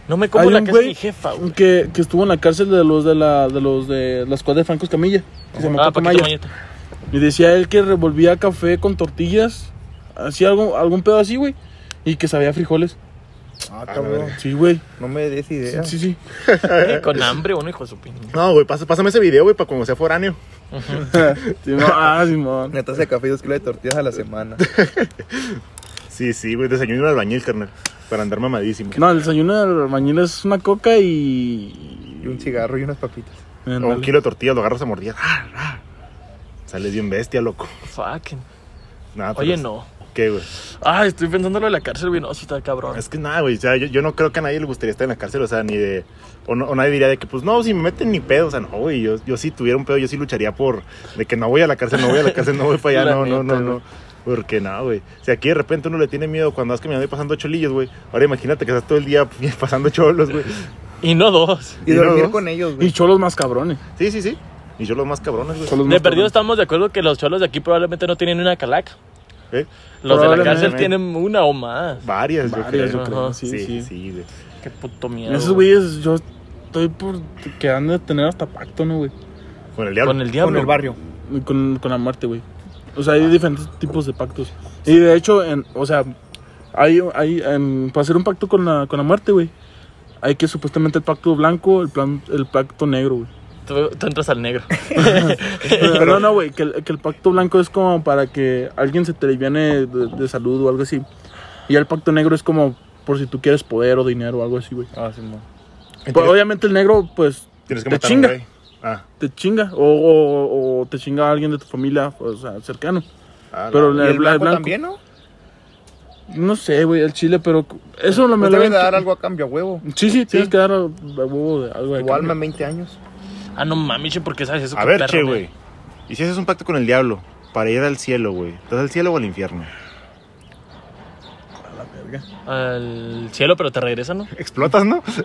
Speaker 3: No me como
Speaker 2: Hay
Speaker 3: la
Speaker 2: un
Speaker 3: casa de
Speaker 2: güey
Speaker 3: mi jefa, güey. Ah,
Speaker 2: Que, que estuvo en la cárcel de los de la, de los de la escuadra de Franco Escamilla. Que se llama
Speaker 3: Ah,
Speaker 2: Paco
Speaker 3: Paquito
Speaker 2: Maya.
Speaker 3: Mayeta.
Speaker 2: Y decía él que revolvía café con tortillas. Así algo, algún pedo así, güey. Y que sabía a frijoles.
Speaker 1: Ah,
Speaker 4: la
Speaker 1: cabrón.
Speaker 4: verga.
Speaker 2: Sí, güey.
Speaker 1: No me des idea.
Speaker 2: Sí, sí.
Speaker 3: Eh, Con hambre, uno hijo de su pinche.
Speaker 4: No, güey, pasa- pásame ese video, güey, para cuando sea foráneo.
Speaker 2: Simón, ah, Simón.
Speaker 1: Una taza de café y dos kilos de tortillas a la semana.
Speaker 4: Sí, sí, güey, desayuno al albañil, carnal. Para andar mamadísimo.
Speaker 2: No, el desayuno de mañana es una coca y,
Speaker 1: Y un cigarro y unas papitas.
Speaker 4: O un
Speaker 2: Ándale.
Speaker 4: kilo de tortillas, lo agarras a mordir. ¡Ah, ah! Sales bien bestia, loco.
Speaker 3: Fucking.
Speaker 4: Nada,
Speaker 3: Oye,
Speaker 4: pero-
Speaker 3: no.
Speaker 4: ¿Qué, güey?
Speaker 3: Ah, estoy pensando lo de la cárcel, güey. No, sí está cabrón.
Speaker 4: Es que nada, güey. o sea, yo, yo no creo que a nadie le gustaría estar en la cárcel, o sea, ni de. O, no- o nadie diría de que, pues no, si me meten ni pedo, o sea, no, güey. Yo, yo si tuviera un pedo, yo sí lucharía por. De que no voy a la cárcel, no voy a la cárcel, no voy para allá,
Speaker 3: La
Speaker 4: no, no,
Speaker 3: neta,
Speaker 4: no, no. Porque nada, güey. Si aquí de repente uno le tiene miedo cuando vas caminando y pasando cholillos, güey. Ahora imagínate que estás todo el día pasando cholos, güey.
Speaker 3: Y no dos.
Speaker 1: Y,
Speaker 4: ¿Y
Speaker 1: dormir
Speaker 4: luego?
Speaker 1: con ellos,
Speaker 2: Y
Speaker 1: güey.
Speaker 2: cholos más cabrones.
Speaker 4: Sí, sí, sí. Y yo los más cabrones, güey.
Speaker 2: cholos
Speaker 3: De
Speaker 2: más
Speaker 3: perdido
Speaker 2: cabrones.
Speaker 3: estamos de acuerdo que los cholos de aquí probablemente no tienen una calaca.
Speaker 4: ¿Eh?
Speaker 3: Los de la
Speaker 2: Probablemente.
Speaker 3: cárcel tienen una o más.
Speaker 4: Varias, yo creo.
Speaker 2: Varias, yo creo.
Speaker 3: Ajá.
Speaker 2: Sí, sí.
Speaker 4: sí, sí, güey.
Speaker 3: Qué puto miedo.
Speaker 2: Esos güeyes, yo estoy por que han de tener hasta pacto, ¿no, güey?
Speaker 4: Con el diablo.
Speaker 3: Con el diablo.
Speaker 1: Con el barrio.
Speaker 2: Con, con la muerte, güey. O sea, hay
Speaker 3: Ah.
Speaker 2: diferentes tipos de pactos. Y de hecho, en, o sea, hay, hay en- para hacer un pacto con la, con la muerte, güey, hay que supuestamente el pacto blanco, el, plan, el pacto negro, güey.
Speaker 3: Tú, tú entras al negro.
Speaker 2: Pero no, no, güey, que, el- que el pacto blanco es como para que alguien se te aliviane de, de salud o algo así. Y el pacto negro es como por si tú quieres poder o dinero o algo así, güey.
Speaker 3: Ah, sí, no.
Speaker 2: Pues, obviamente el negro, pues,
Speaker 4: Tienes que
Speaker 2: te
Speaker 4: matar a un
Speaker 2: chinga.
Speaker 4: güey. Ah,
Speaker 2: te chinga. O, o- o te chinga a alguien de tu familia, o sea, cercano.
Speaker 4: ah,
Speaker 2: Pero
Speaker 1: Y
Speaker 2: el,
Speaker 1: el
Speaker 2: bla-
Speaker 1: blanco,
Speaker 2: blanco-
Speaker 1: también, ¿no?
Speaker 2: No sé, güey, el chile, pero eso lo me
Speaker 1: Pues
Speaker 2: lo
Speaker 1: debe
Speaker 2: habían-
Speaker 1: de dar algo a cambio, a huevo.
Speaker 2: Sí, sí, tienes que dar a- a huevo de algo de
Speaker 1: Tu alma
Speaker 2: cambio.
Speaker 1: en 20 años.
Speaker 3: Ah, no mames, che, ¿por qué sabes eso?
Speaker 4: A
Speaker 3: Qué
Speaker 4: ver,
Speaker 3: perro,
Speaker 4: che, güey. ¿Y si haces un pacto con el diablo para ir al cielo, güey? ¿Estás al cielo o al infierno?
Speaker 3: Al cielo, pero te regresa, ¿no?
Speaker 4: Explotas, ¿no?
Speaker 1: ¿De que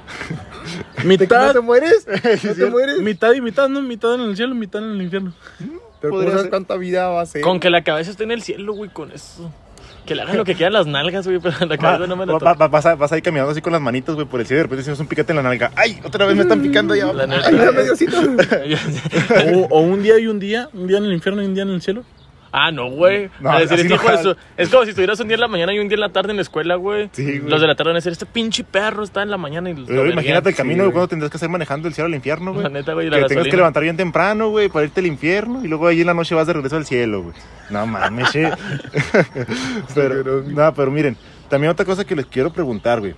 Speaker 1: no
Speaker 2: Mitad,
Speaker 1: te mueres? ¿No te mueres?
Speaker 2: mitad y mitad, ¿no? Mitad en el cielo, mitad en el infierno.
Speaker 1: Pero ¿cómo
Speaker 4: Podría
Speaker 1: sabes
Speaker 4: ser.
Speaker 1: cuánta vida va a ser?
Speaker 3: Con que la cabeza esté en el cielo, güey, con eso. Que le hagan lo que quieran las nalgas, güey, pero la cabeza no me la
Speaker 4: Va-
Speaker 3: toca.
Speaker 4: va- va- vas, a- vas ahí caminando así con las manitos, güey, por el cielo y de repente hicimos un piquete en la nalga. ¡Ay! Otra vez me están picando ya.
Speaker 3: La neta. Pues,
Speaker 1: Ayúdame, Diosito.
Speaker 2: O, o un día y un día, un día en el infierno y un día en el cielo.
Speaker 3: Ah, no, güey.
Speaker 4: No,
Speaker 3: A decir,
Speaker 4: así
Speaker 3: este
Speaker 4: no
Speaker 3: hijo de
Speaker 4: jala.
Speaker 3: su- Es como si estuvieras un día en la mañana y un día en la tarde en la escuela, güey.
Speaker 4: Sí, güey.
Speaker 3: Los de la tarde van a decir, este pinche perro está en la mañana y lo
Speaker 4: Luego
Speaker 3: verguean".
Speaker 4: imagínate el camino,
Speaker 1: güey.
Speaker 4: güey, cuando tendrás que hacer manejando el cielo al infierno, güey.
Speaker 3: La neta, güey, y
Speaker 4: Que
Speaker 3: la
Speaker 4: tengas que
Speaker 3: gasolina.
Speaker 4: levantar bien temprano, güey, para irte al infierno y luego ahí en la noche vas de regreso al cielo, güey. No mames, che. pero, no, pero miren, también otra cosa que les quiero preguntar, güey.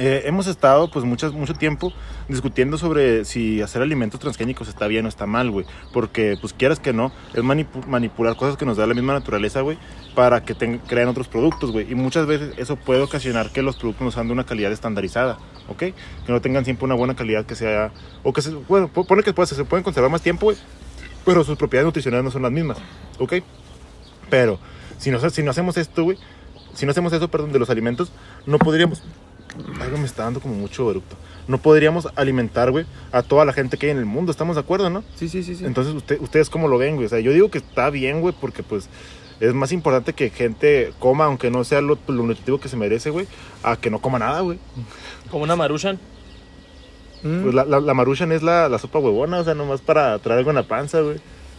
Speaker 4: Eh, hemos estado, pues, muchas, mucho tiempo discutiendo sobre si hacer alimentos transgénicos está bien o está mal, güey. Porque, pues, quieras que no, es manipu- manipular cosas que nos da la misma naturaleza, güey, para que ten- creen otros productos, güey. Y muchas veces eso puede ocasionar que los productos no sean de una calidad estandarizada, ¿ok? Que no tengan siempre una buena calidad que sea... O que se... Bueno, po- pone que pues, se pueden conservar más tiempo, güey, pero sus propiedades nutricionales no son las mismas, ¿ok? Pero, si no, si no hacemos esto, güey, si no hacemos eso, perdón, de los alimentos, no podríamos... Algo me está dando como mucho eructo. No podríamos alimentar, güey, a toda la gente que hay en el mundo. ¿Estamos de acuerdo, no?
Speaker 1: Sí, sí, sí, sí.
Speaker 4: Entonces, usted- ¿ustedes cómo lo ven, güey? O sea, yo digo que está bien, güey, porque pues es más importante que gente coma, aunque no sea lo, lo nutritivo que se merece, güey, a que no coma nada, güey.
Speaker 3: Como una maruchan.
Speaker 1: Mm.
Speaker 4: Pues la, la, la maruchan es la, la sopa huevona, o sea, nomás para traer algo en la panza, güey.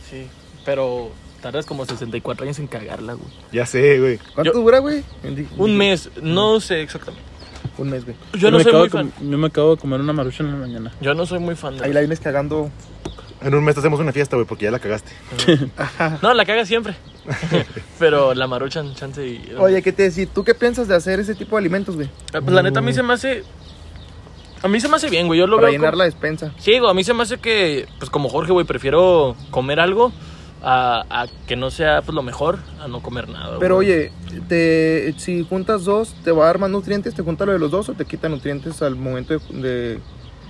Speaker 3: Sí, pero tardas como 64 años en cagarla, güey.
Speaker 4: Ya sé, güey.
Speaker 1: ¿Cuánto
Speaker 3: Yo-
Speaker 1: dura, güey? Di-
Speaker 3: Un
Speaker 1: di-
Speaker 3: mes, no sé exactamente.
Speaker 1: Un mes, güey.
Speaker 3: Yo no
Speaker 2: me
Speaker 3: soy
Speaker 2: acabo
Speaker 3: muy
Speaker 2: de com-
Speaker 3: fan.
Speaker 2: Yo me acabo de comer una marucha en la mañana.
Speaker 3: Yo no soy muy fan de.
Speaker 1: Ahí la vienes cagando.
Speaker 4: En un mes te hacemos una fiesta, güey, porque ya la cagaste.
Speaker 3: No, la caga siempre. pero la maruchan, chance y.
Speaker 1: Oye, ¿qué te decir? ¿Tú qué piensas de hacer ese tipo de alimentos, güey?
Speaker 3: Ah, Pues la neta a mí se me hace. A mí se me hace bien, güey. Yo lo
Speaker 1: Para
Speaker 3: veo.
Speaker 1: llenar
Speaker 3: como-
Speaker 1: la despensa.
Speaker 3: Sí, güey, a mí se me hace que, pues como Jorge, güey, prefiero comer algo a, a que no sea pues, lo mejor a no comer nada.
Speaker 1: Pero
Speaker 3: güey.
Speaker 1: oye, te, si juntas dos, ¿te va a dar más nutrientes? ¿Te junta lo de los dos o te quita nutrientes al momento de,
Speaker 4: De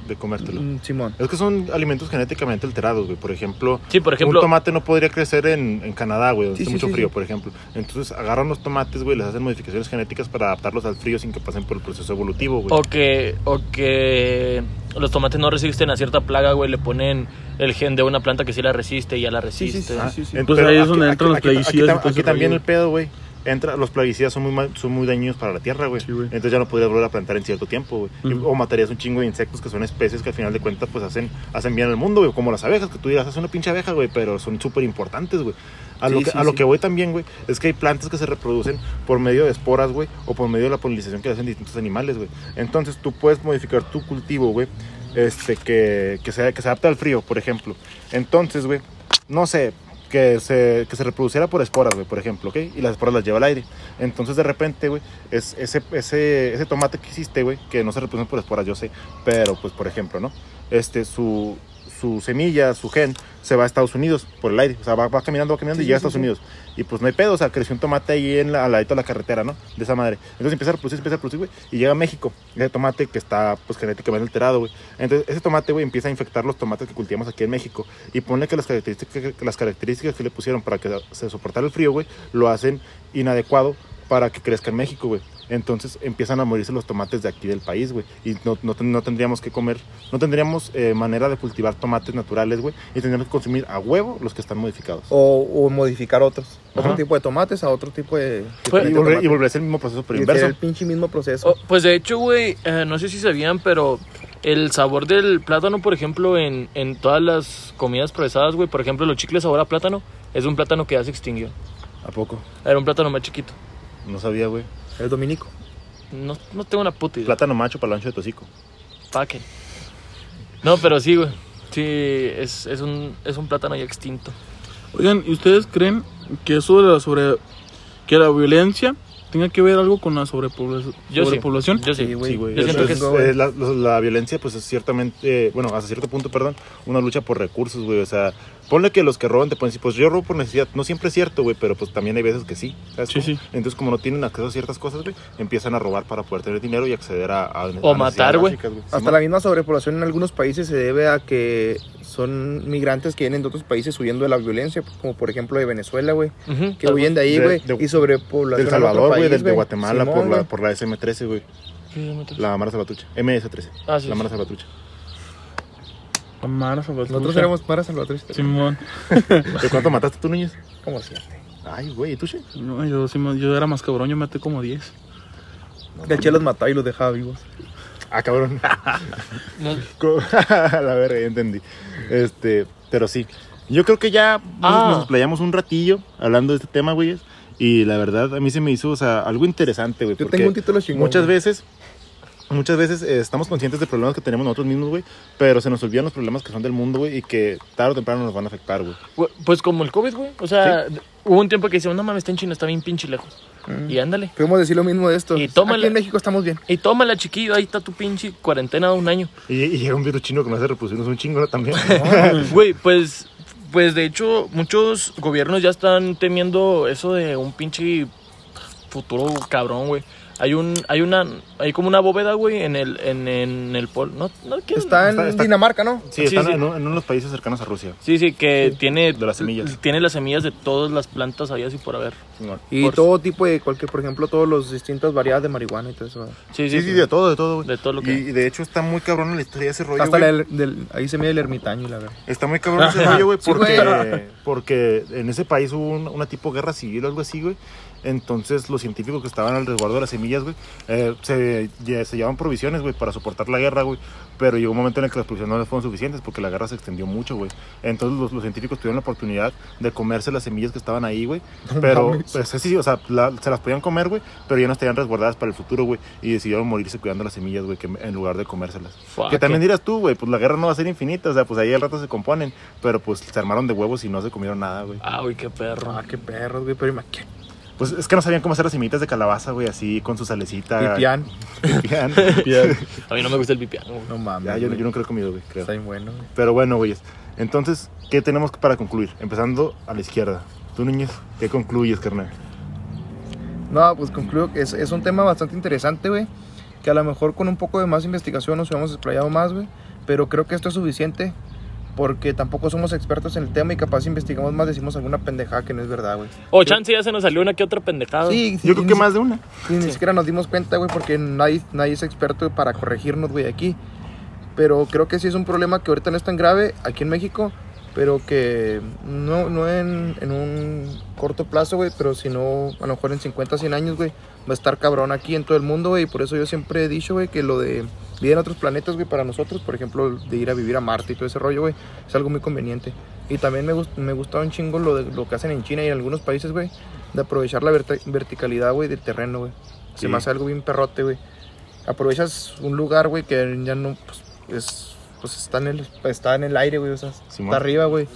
Speaker 1: de-
Speaker 4: comértelo.
Speaker 1: mm, Simón?
Speaker 4: Es que son alimentos genéticamente alterados, güey. Por ejemplo,
Speaker 3: Sí, por
Speaker 4: un
Speaker 3: ejemplo.
Speaker 4: tomate no podría crecer en, en Canadá, güey, donde
Speaker 1: Sí,
Speaker 4: hace
Speaker 1: sí,
Speaker 4: mucho
Speaker 1: sí,
Speaker 4: frío,
Speaker 1: sí.
Speaker 4: por ejemplo. Entonces agarran los tomates, güey, les hacen modificaciones genéticas para adaptarlos al frío sin que pasen por el proceso evolutivo, güey.
Speaker 3: O que, o que los tomates no resisten a cierta plaga, güey. Le ponen el gen de una planta que sí la resiste y ya la resiste.
Speaker 4: Ah,
Speaker 1: sí, sí.
Speaker 4: en-
Speaker 2: Pues
Speaker 4: pero
Speaker 2: ahí es donde entran los
Speaker 4: tam-
Speaker 2: plaguicidas y
Speaker 4: Aquí,
Speaker 2: todo ese
Speaker 4: también
Speaker 2: rollo.
Speaker 4: el pedo, güey. Entra, los plaguicidas son muy, mal- son muy dañinos para la tierra, güey.
Speaker 2: Sí, güey.
Speaker 4: Entonces ya no podrías volver a plantar en cierto tiempo, güey. Y-
Speaker 2: Ujú.
Speaker 4: O matarías un chingo de insectos que son especies que al final de cuentas pues hacen, hacen bien al mundo, güey. Como las abejas, que tú dirás, es una pinche abeja, güey, pero son súper importantes, güey. A, lo,
Speaker 1: Sí,
Speaker 4: que,
Speaker 1: sí,
Speaker 4: a lo
Speaker 1: sí.
Speaker 4: que voy también, güey, es que hay plantas que se reproducen por medio de esporas, güey, o por medio de la polinización que hacen distintos animales, güey. Entonces tú puedes modificar tu cultivo, güey, este, que, que, se, que se adapte al frío, por ejemplo. Entonces, güey, no sé, que se, que se reproduciera por esporas, güey, por ejemplo, ¿ok? Y las esporas las lleva al aire. Entonces, de repente, güey, es, ese, ese, ese tomate que hiciste, güey, que no se reproduce por esporas, yo sé, pero pues, por ejemplo, ¿no? este, su, su semilla, su gen, se va a Estados Unidos por el aire. O sea, va, va caminando, va caminando y llega a Estados Unidos. Y pues no hay pedo, o sea, creció un tomate ahí en la, al ladito de la carretera, ¿no? De esa madre. Entonces empieza a reproducir, empieza a reproducir, güey. Y llega a México, ese tomate que está, pues, genéticamente alterado, güey. Entonces ese tomate, güey, empieza a infectar los tomates que cultivamos aquí en México. Y ponle que las características, que las características que le pusieron para que se soportara el frío, güey, lo hacen inadecuado para que crezca en México, güey. Entonces empiezan a morirse los tomates de aquí del país, güey. Y no, no ten- no tendríamos que comer, no tendríamos eh, manera de cultivar tomates naturales, güey. Y tendríamos que consumir a huevo los que están modificados.
Speaker 1: O, o modificar otros. Otro
Speaker 4: Ajá.
Speaker 1: tipo de tomates a otro tipo de.
Speaker 6: Pues,
Speaker 4: y,
Speaker 1: diferente
Speaker 4: volver,
Speaker 1: tomate.
Speaker 4: y volver a hacer el mismo proceso, pero
Speaker 1: Y
Speaker 4: inverso.
Speaker 1: hacer el pinche mismo proceso.
Speaker 3: Oh, pues de hecho, güey, eh, no sé si sabían, pero el sabor del plátano, por ejemplo, en, en todas las comidas procesadas, güey, por ejemplo, los chicles sabor a plátano, es un plátano que ya se extinguió.
Speaker 4: ¿A poco?
Speaker 3: Era un plátano más chiquito.
Speaker 4: No sabía, güey.
Speaker 1: El dominico.
Speaker 3: No, no tengo una puta idea.
Speaker 4: Plátano macho para el ancho de tocico.
Speaker 3: Pa' qué. No, pero sí, güey. Sí, es, es, un, es un plátano ya extinto.
Speaker 2: Oigan, ¿y ustedes creen que eso de la sobre que la violencia tenga que ver algo con la sobrepobla-
Speaker 3: Yo sí.
Speaker 2: sobrepoblación?
Speaker 3: Yo sí.
Speaker 1: güey.
Speaker 4: Sí, güey.
Speaker 3: Yo siento
Speaker 4: Es-
Speaker 3: que
Speaker 1: es-
Speaker 4: es la, los- la violencia, pues es ciertamente, eh, bueno, hasta cierto punto, perdón, una lucha por recursos, güey. O sea, ponle que los que roban te pueden decir, pues yo robo por necesidad. No siempre es cierto, güey, pero pues también hay veces que sí. ¿sabes
Speaker 2: Sí,
Speaker 4: cómo?
Speaker 2: sí.
Speaker 4: Entonces, como no tienen acceso a ciertas cosas, güey, empiezan a robar para poder tener dinero y acceder a. a- a necesidades
Speaker 3: matar, güey.
Speaker 4: básicas, güey.
Speaker 1: Hasta la misma sobrepoblación en algunos países se debe a que son migrantes que vienen de otros países huyendo de la violencia, como por ejemplo de Venezuela, güey,
Speaker 3: Ujú.
Speaker 1: que huyen de ahí,
Speaker 4: De-
Speaker 1: güey,
Speaker 4: de-
Speaker 1: y sobrepoblación.
Speaker 4: Del
Speaker 1: al otro
Speaker 4: Salvador, güey,
Speaker 1: país,
Speaker 4: del- de Guatemala
Speaker 1: Simón,
Speaker 4: por, la,
Speaker 1: güey.
Speaker 4: por la SM13, güey. La Mara Salvatrucha. MS13.
Speaker 3: Ah, sí,
Speaker 4: la
Speaker 3: sí.
Speaker 4: Mara Salvatrucha.
Speaker 2: Amar a Salvatrucha.
Speaker 1: Nosotros éramos para Salvador.
Speaker 2: Simón.
Speaker 4: ¿De cuánto mataste tú, niños?
Speaker 1: Como siete.
Speaker 4: Ay, güey, ¿y tú, che?
Speaker 2: Pues No, yo, sí me- yo era más cabrón, yo maté como 10.
Speaker 1: De hecho, los mataba y los dejaba vivos.
Speaker 4: Ah, cabrón. Co- la verga, ya entendí. Este, pero sí. Yo creo que ya nos-
Speaker 3: Ah.
Speaker 4: nos explayamos un ratillo hablando de este tema, güeyes. Y la verdad, a mí se me hizo, o sea, algo interesante, güey.
Speaker 1: Yo
Speaker 4: porque
Speaker 1: tengo un título chingón.
Speaker 4: Muchas
Speaker 1: güey.
Speaker 4: veces, muchas veces eh, estamos conscientes de problemas que tenemos nosotros mismos, güey. Pero se nos olvidan los problemas que son del mundo, güey. Y que tarde o temprano nos van a afectar, güey.
Speaker 3: Güey, Pues como el COVID, güey. O sea, hubo un tiempo que decíamos, no mames, está en China, está bien pinche lejos.
Speaker 1: Mm.
Speaker 3: Y ándale.
Speaker 1: Podemos decir lo mismo de esto.
Speaker 3: Y tómala.
Speaker 1: Aquí en México estamos bien.
Speaker 3: Y tómala, chiquillo, ahí está tu pinche cuarentena de un año.
Speaker 4: Y, y llega un virus chino que nos hace reproducirnos un chingo ¿no? también.
Speaker 3: Güey, pues, pues de hecho, muchos gobiernos ya están temiendo eso de un pinche futuro cabrón, güey. Hay un, hay una, hay como una bóveda, güey, en el, en, en el pol, no, no, ¿qué?
Speaker 1: Está en
Speaker 4: Está- está-
Speaker 1: Dinamarca, ¿no?
Speaker 4: Sí,
Speaker 3: Sí,
Speaker 4: están
Speaker 3: sí.
Speaker 4: En, un- en unos países cercanos a Rusia.
Speaker 3: Sí, sí, que tiene
Speaker 4: de las semillas.
Speaker 3: tiene las semillas de todas las plantas había y por haber.
Speaker 4: Simón.
Speaker 1: Y
Speaker 3: Por-
Speaker 1: todo tipo de cualquier, por ejemplo, todas las distintas variedades de marihuana y todo eso. güey.
Speaker 3: Sí, sí,
Speaker 4: Sí, sí, de todo, de todo, güey.
Speaker 3: De todo lo
Speaker 4: Y-
Speaker 3: que-
Speaker 4: Y de hecho está muy cabrón la historia de ese rollo,
Speaker 1: Hasta
Speaker 4: güey.
Speaker 1: la del- del- ahí se mide el ermitaño, la verdad.
Speaker 4: Está muy cabrón ese rollo, güey,
Speaker 1: Sí, güey.
Speaker 4: porque, porque en ese país hubo un- una tipo guerra civil o algo así, güey. Entonces los científicos que estaban al resguardo de las semillas, güey, eh, se, ya- se llevaban provisiones, güey, para soportar la guerra, güey. Pero llegó un momento en el que las provisiones no les fueron suficientes porque la guerra se extendió mucho, güey. Entonces los, los científicos tuvieron la oportunidad de comerse las semillas que estaban ahí, güey. Pero, pues, sí, sí, o sea, la- se las podían comer, güey, pero ya no estarían resguardadas para el futuro, güey. Y decidieron morirse cuidando las semillas, güey, que en lugar de comérselas.
Speaker 3: Fuck,
Speaker 4: Que también dirás tú, güey, pues la guerra no va a ser infinita, o sea, pues ahí al rato se componen, pero pues se armaron de huevos y no se comieron nada, güey.
Speaker 3: Ah, güey, qué perro.
Speaker 1: Ah, qué perros, güey, pero imagínate.
Speaker 4: Pues es que no sabían cómo hacer las semitas de calabaza, güey, así con su salecita.
Speaker 1: Y pian.
Speaker 4: pipián.
Speaker 3: A mí no me gusta el pipián, güey.
Speaker 1: No mames.
Speaker 4: Ya, yo, no-
Speaker 1: güey.
Speaker 4: yo no creo comido, güey, creo.
Speaker 1: Está bien bueno, güey.
Speaker 4: Pero bueno, güeyes, entonces, ¿qué tenemos para concluir? Empezando a la izquierda. Tú, niñez, ¿qué concluyes, carnal?
Speaker 1: No, pues concluyo que es, es un tema bastante interesante, güey. Que a lo mejor con un poco de más investigación nos hubiéramos explayado más, güey. Pero creo que esto es suficiente porque tampoco somos expertos en el tema y capaz si investigamos más decimos alguna pendejada que no es verdad, güey.
Speaker 3: O chance ya se nos salió una que otra pendejada.
Speaker 1: Sí, sí,
Speaker 4: Ah, Yo creo
Speaker 1: y
Speaker 4: que
Speaker 1: ni-
Speaker 4: más de una.
Speaker 1: y Ni siquiera nos dimos cuenta, güey, porque nadie, nadie es experto para corregirnos, güey, aquí. Pero creo que sí es un problema que ahorita no es tan grave aquí en México, pero que no, no en, en un corto plazo, güey, pero sino a lo mejor en 50, 100 años, güey, va a estar cabrón aquí en todo el mundo, güey. Y por eso yo siempre he dicho, güey, que lo de vida en otros planetas, güey, para nosotros, por ejemplo, de ir a vivir a Marte y todo ese rollo, güey, es algo muy conveniente. Y también me, gust- me gusta un chingo lo, de, lo que hacen en China y en algunos países, güey, de aprovechar la verta- verticalidad, güey, del terreno, güey. Se
Speaker 4: Sí.
Speaker 1: me hace algo bien perrote, güey. Aprovechas un lugar, güey, que ya no, pues, es, pues está en el, está en el aire, güey, o sea,
Speaker 4: Simón.
Speaker 1: está arriba, güey.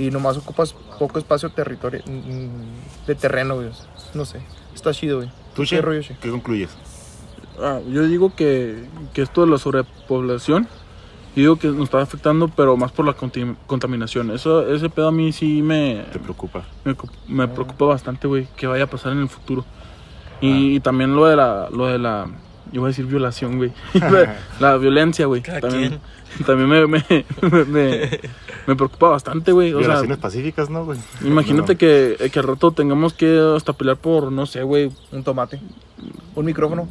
Speaker 1: Y nomás ocupas poco espacio territorio, mm, de terreno, güey. o sea, no sé, está chido, güey.
Speaker 4: ¿Tú,
Speaker 1: ¿Qué
Speaker 4: Che?
Speaker 1: rollo, Che?
Speaker 4: ¿Qué concluyes?
Speaker 2: Ah, yo digo que, que esto de la sobrepoblación Yo digo que nos está afectando, pero más por la conti- contaminación. Eso, ese pedo a mí sí me,
Speaker 4: Te preocupa.
Speaker 2: me, cu- me preocupa bastante, güey, que vaya a pasar en el futuro. Y, y también lo de la, lo de la, yo voy a decir violación, güey. la violencia, güey.
Speaker 3: Cada
Speaker 2: También, también me, me, me- me- me preocupa bastante, güey. O sea,
Speaker 4: Violaciones pacíficas, ¿no, güey?
Speaker 2: imagínate que, que al rato tengamos que hasta pelear por, no
Speaker 3: Eh,
Speaker 2: sé, güey.
Speaker 1: Un tomate. Un micrófono.
Speaker 4: No.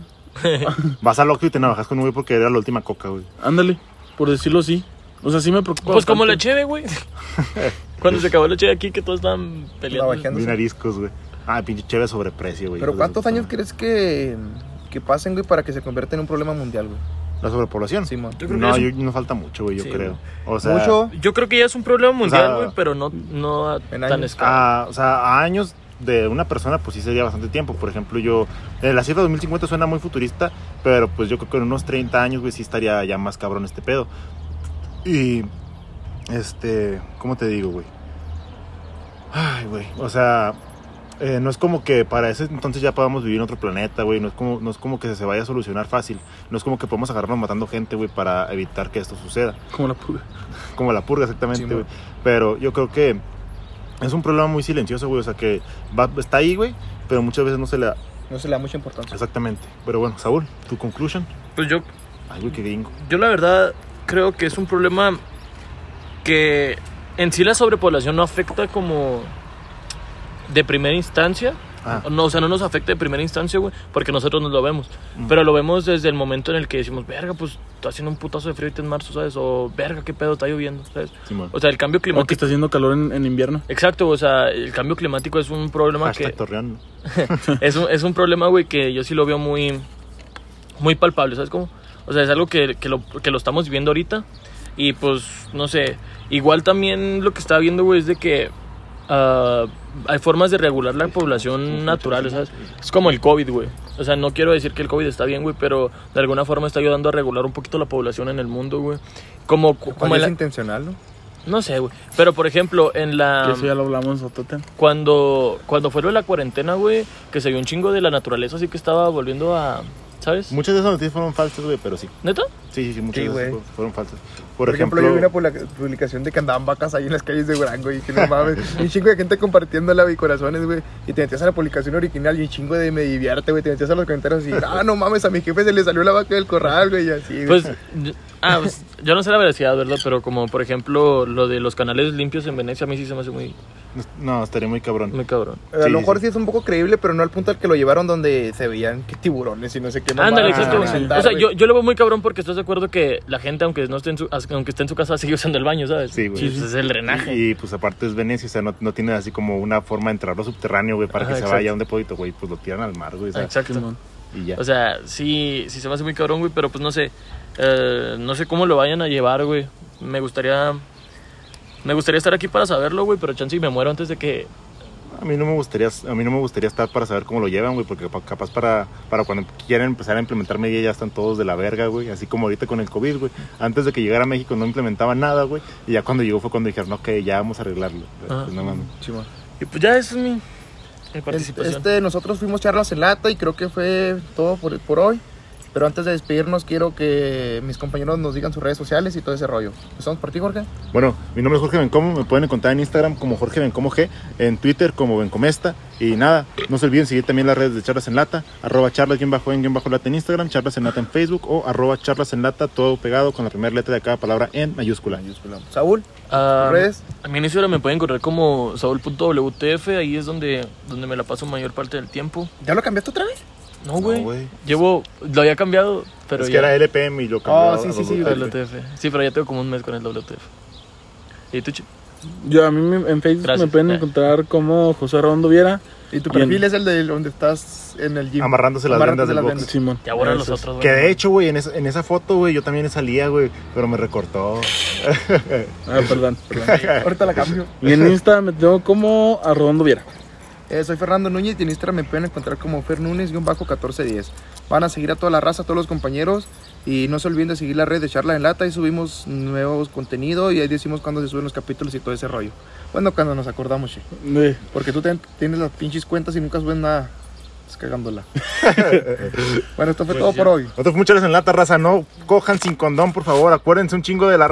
Speaker 4: Vas al Oxxo y te navajas con un güey porque era la última coca, güey.
Speaker 2: Ándale, por decirlo así. O sea, sí me preocupa.
Speaker 3: Pues como la
Speaker 2: bastante.
Speaker 3: cheve, güey. Cuando se acabó la cheve aquí, que todos estaban peleando.
Speaker 4: Bien
Speaker 1: Navajeándose.
Speaker 4: ariscos, güey. Ah, pinche chévere sobreprecio, güey.
Speaker 1: Pero
Speaker 4: Hijos de
Speaker 1: ¿cuántos
Speaker 4: su puta
Speaker 1: años
Speaker 4: madre.
Speaker 1: crees que, que pasen, güey, para que se convierta en un problema mundial, güey?
Speaker 4: ¿La sobrepoblación?
Speaker 1: Simón.
Speaker 3: Yo creo que
Speaker 4: No,
Speaker 3: es un-
Speaker 4: yo- no falta mucho, güey, yo
Speaker 3: Sí,
Speaker 4: creo. O sea,
Speaker 1: Mucho.
Speaker 3: Yo creo que ya es un problema
Speaker 4: O
Speaker 3: mundial,
Speaker 4: sea,
Speaker 3: güey, pero no, no a-
Speaker 1: en
Speaker 3: tan
Speaker 1: años.
Speaker 3: escala.
Speaker 4: a- o sea, a años de una persona, pues sí sería bastante tiempo. Por ejemplo, yo. eh, la cifra 2050 suena muy futurista, pero pues yo creo que en unos 30 años, güey, sí estaría ya más cabrón este pedo. Y. Este. ¿Cómo te digo, güey? Ay, güey. O sea. eh, no es como que para ese entonces ya podamos vivir en otro planeta, güey. No es como, no es como que se vaya a solucionar fácil. No es como que podemos agarrarnos matando gente, güey, para evitar que esto suceda
Speaker 2: Como la pura.
Speaker 4: como la purga exactamente,
Speaker 1: Simón.
Speaker 4: güey. Pero yo creo que es un problema muy silencioso, güey. O sea que va- está ahí, güey, pero muchas veces no se le da.
Speaker 1: No se le da mucha importancia.
Speaker 4: Exactamente. Pero bueno, Saúl, tu conclusion.
Speaker 3: Pues yo,
Speaker 4: Ay, güey, qué gringo.
Speaker 3: yo la verdad creo que es un problema que en sí la sobrepoblación no afecta como de primera instancia.
Speaker 4: Ah,
Speaker 3: No, o sea, no nos afecta de primera instancia, güey, porque nosotros nos lo vemos.
Speaker 4: Mm.
Speaker 3: Pero lo vemos desde el momento en el que decimos, verga, pues está haciendo un putazo de frío ahorita en marzo, ¿sabes? O verga, qué pedo, está lloviendo, ¿sabes?
Speaker 4: Simón.
Speaker 3: O sea, el cambio
Speaker 2: O que
Speaker 3: climático.
Speaker 2: está haciendo calor en, en invierno.
Speaker 3: Exacto, o sea, el cambio climático es un problema
Speaker 4: Hashtag
Speaker 3: que.
Speaker 4: Torreón.
Speaker 3: Es un, es un problema, güey, que yo sí lo veo muy, muy palpable, ¿sabes cómo? O sea, es algo que, que, lo, que lo estamos viviendo ahorita. Y pues, no sé. Igual también lo que estaba viendo, güey, es de que ah, hay formas de regular la población natural, ¿sabes? Es como el COVID, güey. O sea, no quiero decir que el COVID está bien, güey, pero de alguna forma está ayudando a regular un poquito la población en el mundo, güey. Como, como
Speaker 1: Como
Speaker 3: en
Speaker 1: es
Speaker 3: la-
Speaker 1: intencional, ¿no?
Speaker 3: No sé, güey. Pero, por ejemplo, en la...
Speaker 2: Que eso ya lo hablamos otro tema.
Speaker 3: Cuando, cuando fue lo de la cuarentena, güey, que se vio un chingo de la naturaleza, así que estaba volviendo a. ¿Sabes?
Speaker 4: Muchas de esas noticias fueron falsas, güey, pero sí.
Speaker 3: ¿Neta?
Speaker 4: Sí, sí, sí, muchas
Speaker 1: Sí,
Speaker 4: de esas
Speaker 1: güey.
Speaker 4: fueron falsas.
Speaker 1: Por, ejemplo, yo vi una publica- publicación de que andaban vacas ahí en las calles de Durango y que no mames, un chingo de gente compartiéndola y corazones, güey. Y te metías a la publicación original y un chingo de me divierte, güey. Te metías a los comentarios y, ah, no mames, a mi jefe se le salió la vaca del corral, güey, y así, güey.
Speaker 3: Pues. yo- ah, pues, yo no sé la veracidad, ¿verdad? Pero como, por ejemplo, lo de los canales limpios en Venecia, a mí sí se me hace muy,
Speaker 4: No, estaría muy cabrón.
Speaker 3: muy cabrón.
Speaker 1: a
Speaker 4: sí,
Speaker 1: lo mejor
Speaker 4: sí.
Speaker 1: sí. es un poco creíble, pero no al punto al que lo llevaron donde se veían que tiburones y no sé qué. mamadas
Speaker 3: Ándale,
Speaker 1: que se
Speaker 3: exacto.
Speaker 1: van a inventar,
Speaker 3: O sea,
Speaker 1: güey.
Speaker 3: yo, yo lo veo muy cabrón porque estás de acuerdo que la gente, aunque, no esté, en su, aunque esté en su casa, sigue usando el baño, ¿sabes?
Speaker 4: Sí, güey.
Speaker 3: Y, pues, es el drenaje.
Speaker 4: Y pues aparte es Venecia, o sea, no, no tiene así como una forma de entrarlo subterráneo, güey, para
Speaker 3: Ajá,
Speaker 4: que se
Speaker 3: exacto.
Speaker 4: vaya a un depósito, güey, pues lo tiran al mar, güey, o sea,
Speaker 3: Exacto.
Speaker 2: Simón.
Speaker 4: y ya.
Speaker 3: O sea, sí, sí se me hace muy cabrón, güey, pero pues no sé. eh, no sé cómo lo vayan a llevar, güey. Me gustaría. Me gustaría estar aquí para saberlo, güey, pero chance y me muero antes de que.
Speaker 4: A mí no me gustaría, a mí no me gustaría estar para saber cómo lo llevan, güey, porque pa- capaz para, para cuando quieran empezar a implementar medidas ya están todos de la verga, güey, así como ahorita con el COVID, güey. Antes de que llegara a México no implementaban nada, güey, y ya cuando llegó fue cuando dijeron, ok, ya vamos a arreglarlo.
Speaker 3: Ah.
Speaker 4: Pues no mames.
Speaker 1: Simón.
Speaker 3: Y pues ya eso es mi, mi participación.
Speaker 1: Este, nosotros fuimos charlas en lata y creo que fue todo por, por hoy. Pero antes de despedirnos, quiero que mis compañeros nos digan sus redes sociales y todo ese rollo. ¿Empezamos por ti, Jorge?
Speaker 4: Bueno, mi nombre es Jorge Bencomo, me pueden encontrar en Instagram como Jorge Bencomo G, en Twitter como Bencomesta, y nada, no se olviden seguir también las redes de Charlas en Lata, arroba charlas guión bajo en guión bajo lata en Instagram, charlas en lata en Facebook, o arroba charlas en lata, todo pegado con la primera letra de cada palabra en mayúscula.
Speaker 1: Saúl,
Speaker 3: Ah,
Speaker 1: tus redes.
Speaker 3: A mi inicio me pueden correr como saul.wtf, ahí es donde, donde me la paso mayor parte del tiempo.
Speaker 1: ¿Ya lo cambiaste otra vez?
Speaker 3: No,
Speaker 4: No,
Speaker 3: güey.
Speaker 4: güey.
Speaker 3: Llevo. Lo había cambiado, pero
Speaker 4: es que
Speaker 3: ya.
Speaker 4: era LPM y lo cambió.
Speaker 1: Ah, sí,
Speaker 4: a
Speaker 1: sí, sí,
Speaker 4: WTF.
Speaker 3: WTF. Sí, pero ya tengo como un mes con el WTF. ¿Y tú, Chi?
Speaker 2: Yo a mí me- en Facebook
Speaker 3: Gracias.
Speaker 2: me pueden
Speaker 3: Eh.
Speaker 2: encontrar como José Redondo Viera.
Speaker 1: Y tu
Speaker 2: Bien.
Speaker 1: perfil es el de donde estás en el gym.
Speaker 4: Amarrándose las vendas del box.
Speaker 2: Simón.
Speaker 3: Y ahora los
Speaker 2: Eso es.
Speaker 3: otros, güey.
Speaker 4: Que de hecho, güey, en esa, en esa foto, güey, yo también salía, güey, pero me recortó.
Speaker 2: Ah, perdón. perdón.
Speaker 1: Ahorita la cambio.
Speaker 2: y en Insta me tengo como a Redondo Viera.
Speaker 1: Eh, soy Fernando Núñez y en Instagram me pueden encontrar como Fer Núñez y un bajo 1410. Van a seguir a toda la raza, a todos los compañeros. Y no se olviden de seguir la red de Charla en Lata. Ahí subimos nuevos contenido y ahí decimos cuándo se suben los capítulos y todo ese rollo. Bueno, cuando nos acordamos, che.
Speaker 2: Eh,
Speaker 1: Porque tú te- tienes las pinches cuentas y nunca subes nada. Estás cagándola. bueno, esto fue todo por hoy.
Speaker 4: Nosotros muchas gracias en lata, raza. No cojan sin condón, por favor. Acuérdense un chingo de la